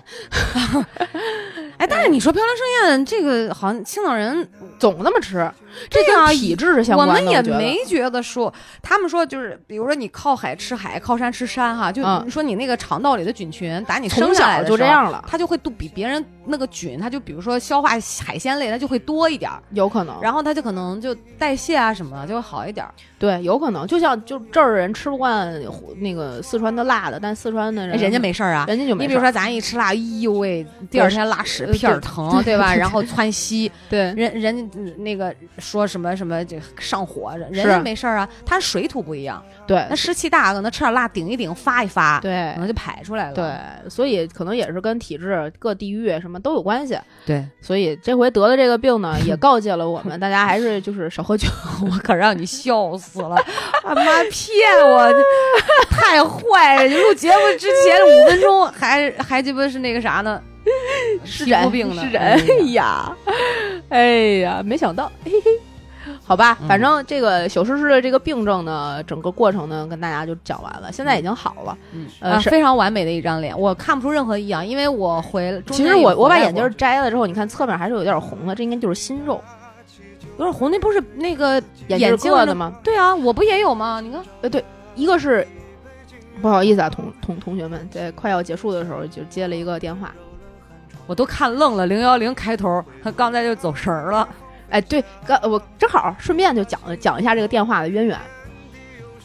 Speaker 3: 哎，但是你说飘零盛宴这个，好像青岛人
Speaker 2: 总那么吃，这
Speaker 3: 对
Speaker 2: 跟
Speaker 3: 啊
Speaker 2: 体质是相
Speaker 3: 我
Speaker 2: 关的。
Speaker 3: 们也
Speaker 2: 觉得
Speaker 3: 没觉得说，他们说就是，比如说你靠海吃海，靠山吃山哈，就
Speaker 2: 嗯
Speaker 3: 说你那个肠道里的菌群，打你
Speaker 2: 从
Speaker 3: 生下来
Speaker 2: 小
Speaker 3: 的
Speaker 2: 就
Speaker 3: 时
Speaker 2: 这
Speaker 3: 候。
Speaker 2: 样了，
Speaker 3: 它就会多比别人那个菌，它就比如说消化海鲜类，它就会多一点儿，
Speaker 2: 有可能。
Speaker 3: 然后它就可能就代谢啊什么的就会好一点儿。
Speaker 2: 对，有可能，就像就这儿人吃不惯湖那个四川的辣的，但四川的人
Speaker 3: 人家，没事儿啊，
Speaker 2: 嗯人家就没
Speaker 3: 你
Speaker 2: 事
Speaker 3: 比
Speaker 2: 儿。
Speaker 3: 如说咱一吃辣，哎呦喂，第二天拉屎
Speaker 2: 对
Speaker 3: 片儿疼，
Speaker 2: 对
Speaker 3: 对吧？
Speaker 2: 对
Speaker 3: 然后窜稀，
Speaker 2: 对
Speaker 3: 人人嗯那个说什么什么这上火，人
Speaker 2: 是
Speaker 3: 家没事儿啊，他水土不一样，
Speaker 2: 对
Speaker 3: 那嗯湿气大，可能吃点辣顶一顶，发一发，，
Speaker 2: 对
Speaker 3: 可能就排出来了。
Speaker 2: 对，所以可能也是跟体质、各地域什么都有关系。
Speaker 3: 对，
Speaker 2: 所以这回得的这个病呢，也告诫了我们，大家还是就是少喝酒。
Speaker 3: 我可让你笑死 了！他妈骗我，太坏了！录节目之前五分钟还还鸡巴是那个啥 呢？
Speaker 2: 是
Speaker 3: 皮肤病呢？
Speaker 2: 是
Speaker 3: 哎呀
Speaker 2: 人呀，哎呀，没想到，嘿嘿。好吧，
Speaker 3: 嗯
Speaker 2: 反正这个朽湿氏的这个病症呢，整个过程呢跟大家就讲完了，现在已经好了。
Speaker 3: 嗯
Speaker 2: 呃
Speaker 3: 啊
Speaker 2: 是
Speaker 3: 非常完美的一张脸，我看不出任何异样，因为我回来中
Speaker 2: 其
Speaker 3: 间
Speaker 2: 实
Speaker 3: 也
Speaker 2: 我我把
Speaker 3: 回来
Speaker 2: 眼镜
Speaker 3: 过
Speaker 2: 摘了之后，你看侧面还是有点红的，这应该就是新肉，
Speaker 3: 有点红，那不是那个
Speaker 2: 眼
Speaker 3: 眼
Speaker 2: 镜
Speaker 3: 镜
Speaker 2: 儿
Speaker 3: 儿
Speaker 2: 的
Speaker 3: 的
Speaker 2: 吗？
Speaker 3: 对啊，我不也有吗？你看，
Speaker 2: 呃，对，一个是不好意思啊，同同同学们，在快要结束的时候就接了一个电话，
Speaker 3: 我都看愣了，零幺零开头，他刚才就走神儿了。
Speaker 2: 哎，对，刚我正好顺便就讲讲一下这个电话的渊源。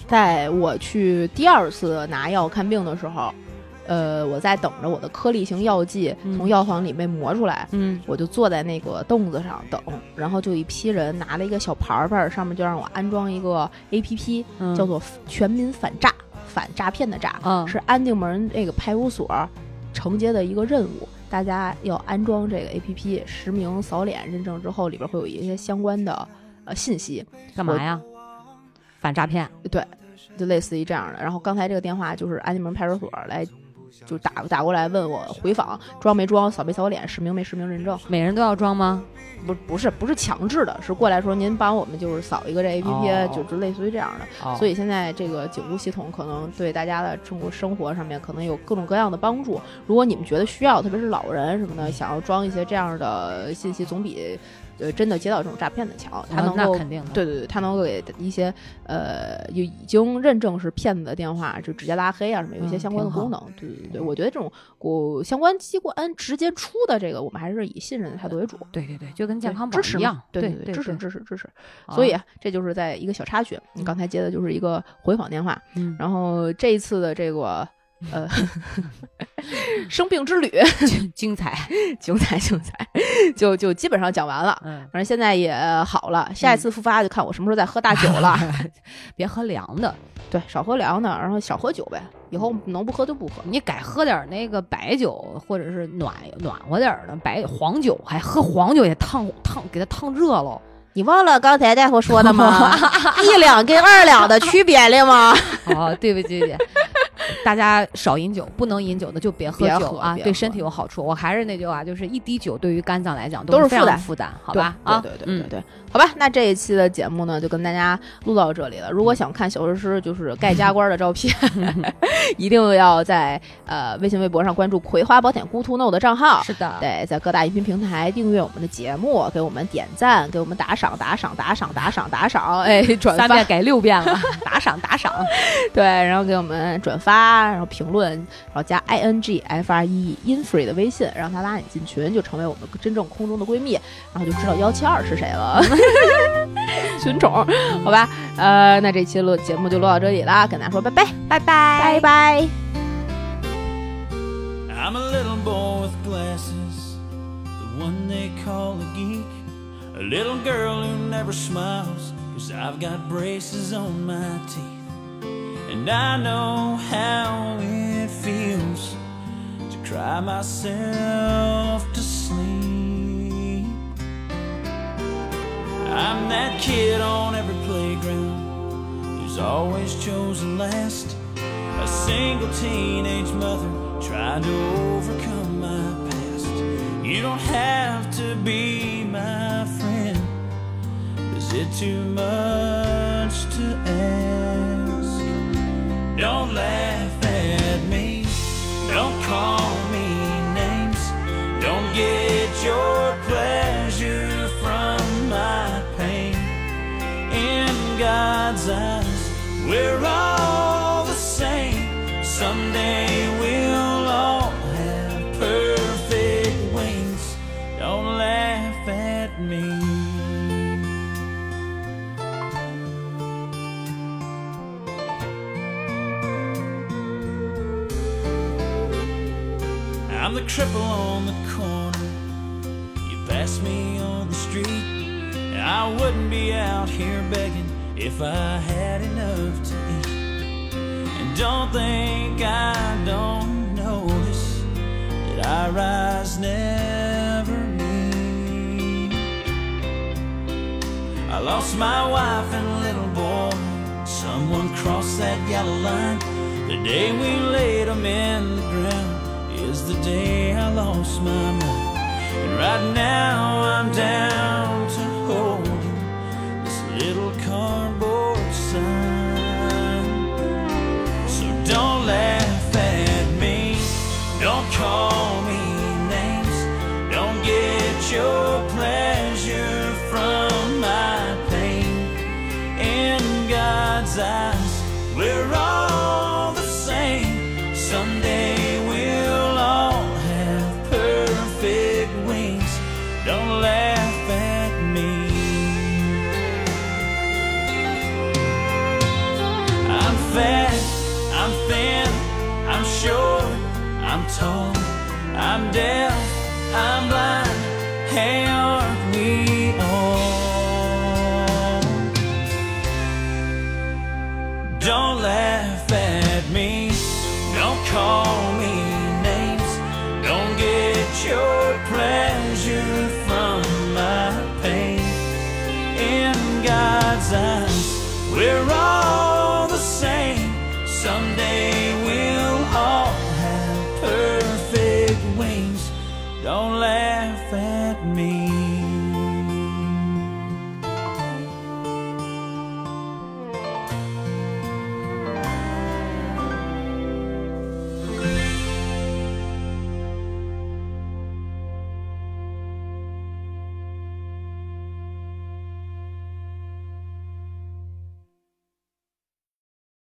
Speaker 2: 在我去第二次拿药看病的时候，呃，我在等着我的颗粒型药剂
Speaker 3: 嗯
Speaker 2: 从药房里被磨出来，
Speaker 3: 嗯
Speaker 2: 我就坐在那个凳子上等，然后就一批人拿了一个小牌牌，上面就让我安装一个 A P P，、
Speaker 3: 嗯
Speaker 2: 叫做“全民反诈”，反诈骗的诈，
Speaker 3: 嗯
Speaker 2: 是安定门那个派出所承接的一个任务，大家要安装这个 A P P，实名扫脸认证之后，里边会有一些相关的呃信息，
Speaker 3: 干嘛呀？反诈骗。
Speaker 2: 对，就类似于这样的。然后刚才这个电话就是安定门派出所来。就打打过来问我回访装没装扫没扫脸实名没实名认证
Speaker 3: 每人都要装吗？
Speaker 2: 不不是不是强制的是过来说您帮我们就是扫一个这 A P P、
Speaker 3: 哦
Speaker 2: 就就类似于这样的
Speaker 3: 哦
Speaker 2: 所
Speaker 3: 以
Speaker 2: 以现在这个警务系统可能对大家的生活生活上面可能有各种各样的帮助。如果你们觉得需要，特别是老人什么的，想要装一些这样的信息，总比呃真的接到这种诈骗的强。他能
Speaker 3: 哦那
Speaker 2: 够
Speaker 3: 肯定的。
Speaker 2: 对对对，他能够给一些呃就已经认证是骗子的电话，就直接拉黑啊什么，有一些
Speaker 3: 嗯
Speaker 2: 相关的
Speaker 3: 挺好嗯
Speaker 2: 功能。对对对，我觉得这种我相关机关直接出的这个，我们还是以信任的态度为主。
Speaker 3: 对对对，就跟健康宝
Speaker 2: 支持
Speaker 3: 一样
Speaker 2: 嘛，对
Speaker 3: 对
Speaker 2: 对，支持支持支持。
Speaker 3: 好
Speaker 2: 所以啊嗯这就是在一个小插曲，你刚才接的就是一个回访电话。
Speaker 3: 嗯
Speaker 2: 然后这一次的这 个呃生病之旅，
Speaker 3: 精彩。
Speaker 2: 精彩精彩，就就基本上讲完了。
Speaker 3: 嗯，
Speaker 2: 反正现在也好了，下一次复发就看我什么时候再喝大酒 了。
Speaker 3: 别喝凉的，
Speaker 2: 对，少喝凉的，然后少喝酒呗，以后能不喝就不喝。
Speaker 3: 你改喝点那个白酒，或者是暖暖和点儿的白黄酒，还喝黄酒也烫烫，给它烫热喽。
Speaker 2: 你忘了刚才大夫说的 吗？一两跟二两的区别了吗？
Speaker 3: 哦，对不起，对不起大家少饮酒，不能饮酒的就别喝
Speaker 2: 别
Speaker 3: 酒
Speaker 2: 喝
Speaker 3: 啊，
Speaker 2: 别
Speaker 3: 对
Speaker 2: 喝
Speaker 3: 身体有好处。我还是那句话，就是一滴酒对于肝脏来讲
Speaker 2: 都
Speaker 3: 是
Speaker 2: 是
Speaker 3: 非
Speaker 2: 负
Speaker 3: 常
Speaker 2: 担
Speaker 3: 负担，好吧？
Speaker 2: 对
Speaker 3: 啊，
Speaker 2: 对对对对
Speaker 3: 嗯
Speaker 2: 对，好吧。那这一期的节目呢，就跟大家录到这里了。
Speaker 3: 嗯
Speaker 2: 如果想看小诗诗就是盖家官的照片， 一定要在呃微信、微博上关注“葵花宝典 Good to Know” 的账号。
Speaker 3: 是的，
Speaker 2: 对，在各大音频平台订阅我们的节目，给我们点赞，给我们打赏，打赏，打赏，打赏，打赏，哎，转
Speaker 3: 三
Speaker 2: 发
Speaker 3: 遍改六遍了，打赏打赏。
Speaker 2: 对，然后给我们转发，然后评论，然后加 i n g f r e infree 的微信，让他拉你进群，就成为我们真正空中的闺蜜，然后就知道幺七二是谁 了，群宠，好吧，呃，那这期录节目就录到这里啦，跟大家说拜拜，拜拜，拜拜。
Speaker 6: I'm a little boy with glasses, the one they call a geek. A little girl who never smiles, cause I've got braces on my teeth. And I know how it feels to cry myself to sleep. I'm that kid on every playground who's always chosen last. A single teenage mother trying to overcome my past. You don't have to be my friend. Is it too much to ask? Don't laugh at me. Don't call me names. Don't get your pleasure from my pain in God's eyes. We're all the same. Someday we'll all have perfect wings. Don't laugh at me. I'm the cripple on the corner. You pass me on the street. I wouldn't be out here begging if I had enough to eat. And don't think I don't notice that I rise never mean. I lost my wife and little boy. Someone crossed that yellow line. The day we laid 'em in the ground is the day I lost my mind. And right now I'm down to holding this little cardboard sign. So don't laugh at me. Don't call me names. Don't get your pleasure from my pain. In God's eyes, we're all the same. Someday we'll all have perfect wings. Don't laugh at me. I'm fat, I'm thin, I'm short, I'm tall, I'm deaf, I'm blind. Hey, aren't we all? Don't laugh at me, don't call me names, don't get your pleasure from my pain in God's eyes. We're all the same. Someday we'll all have perfect wings. Don't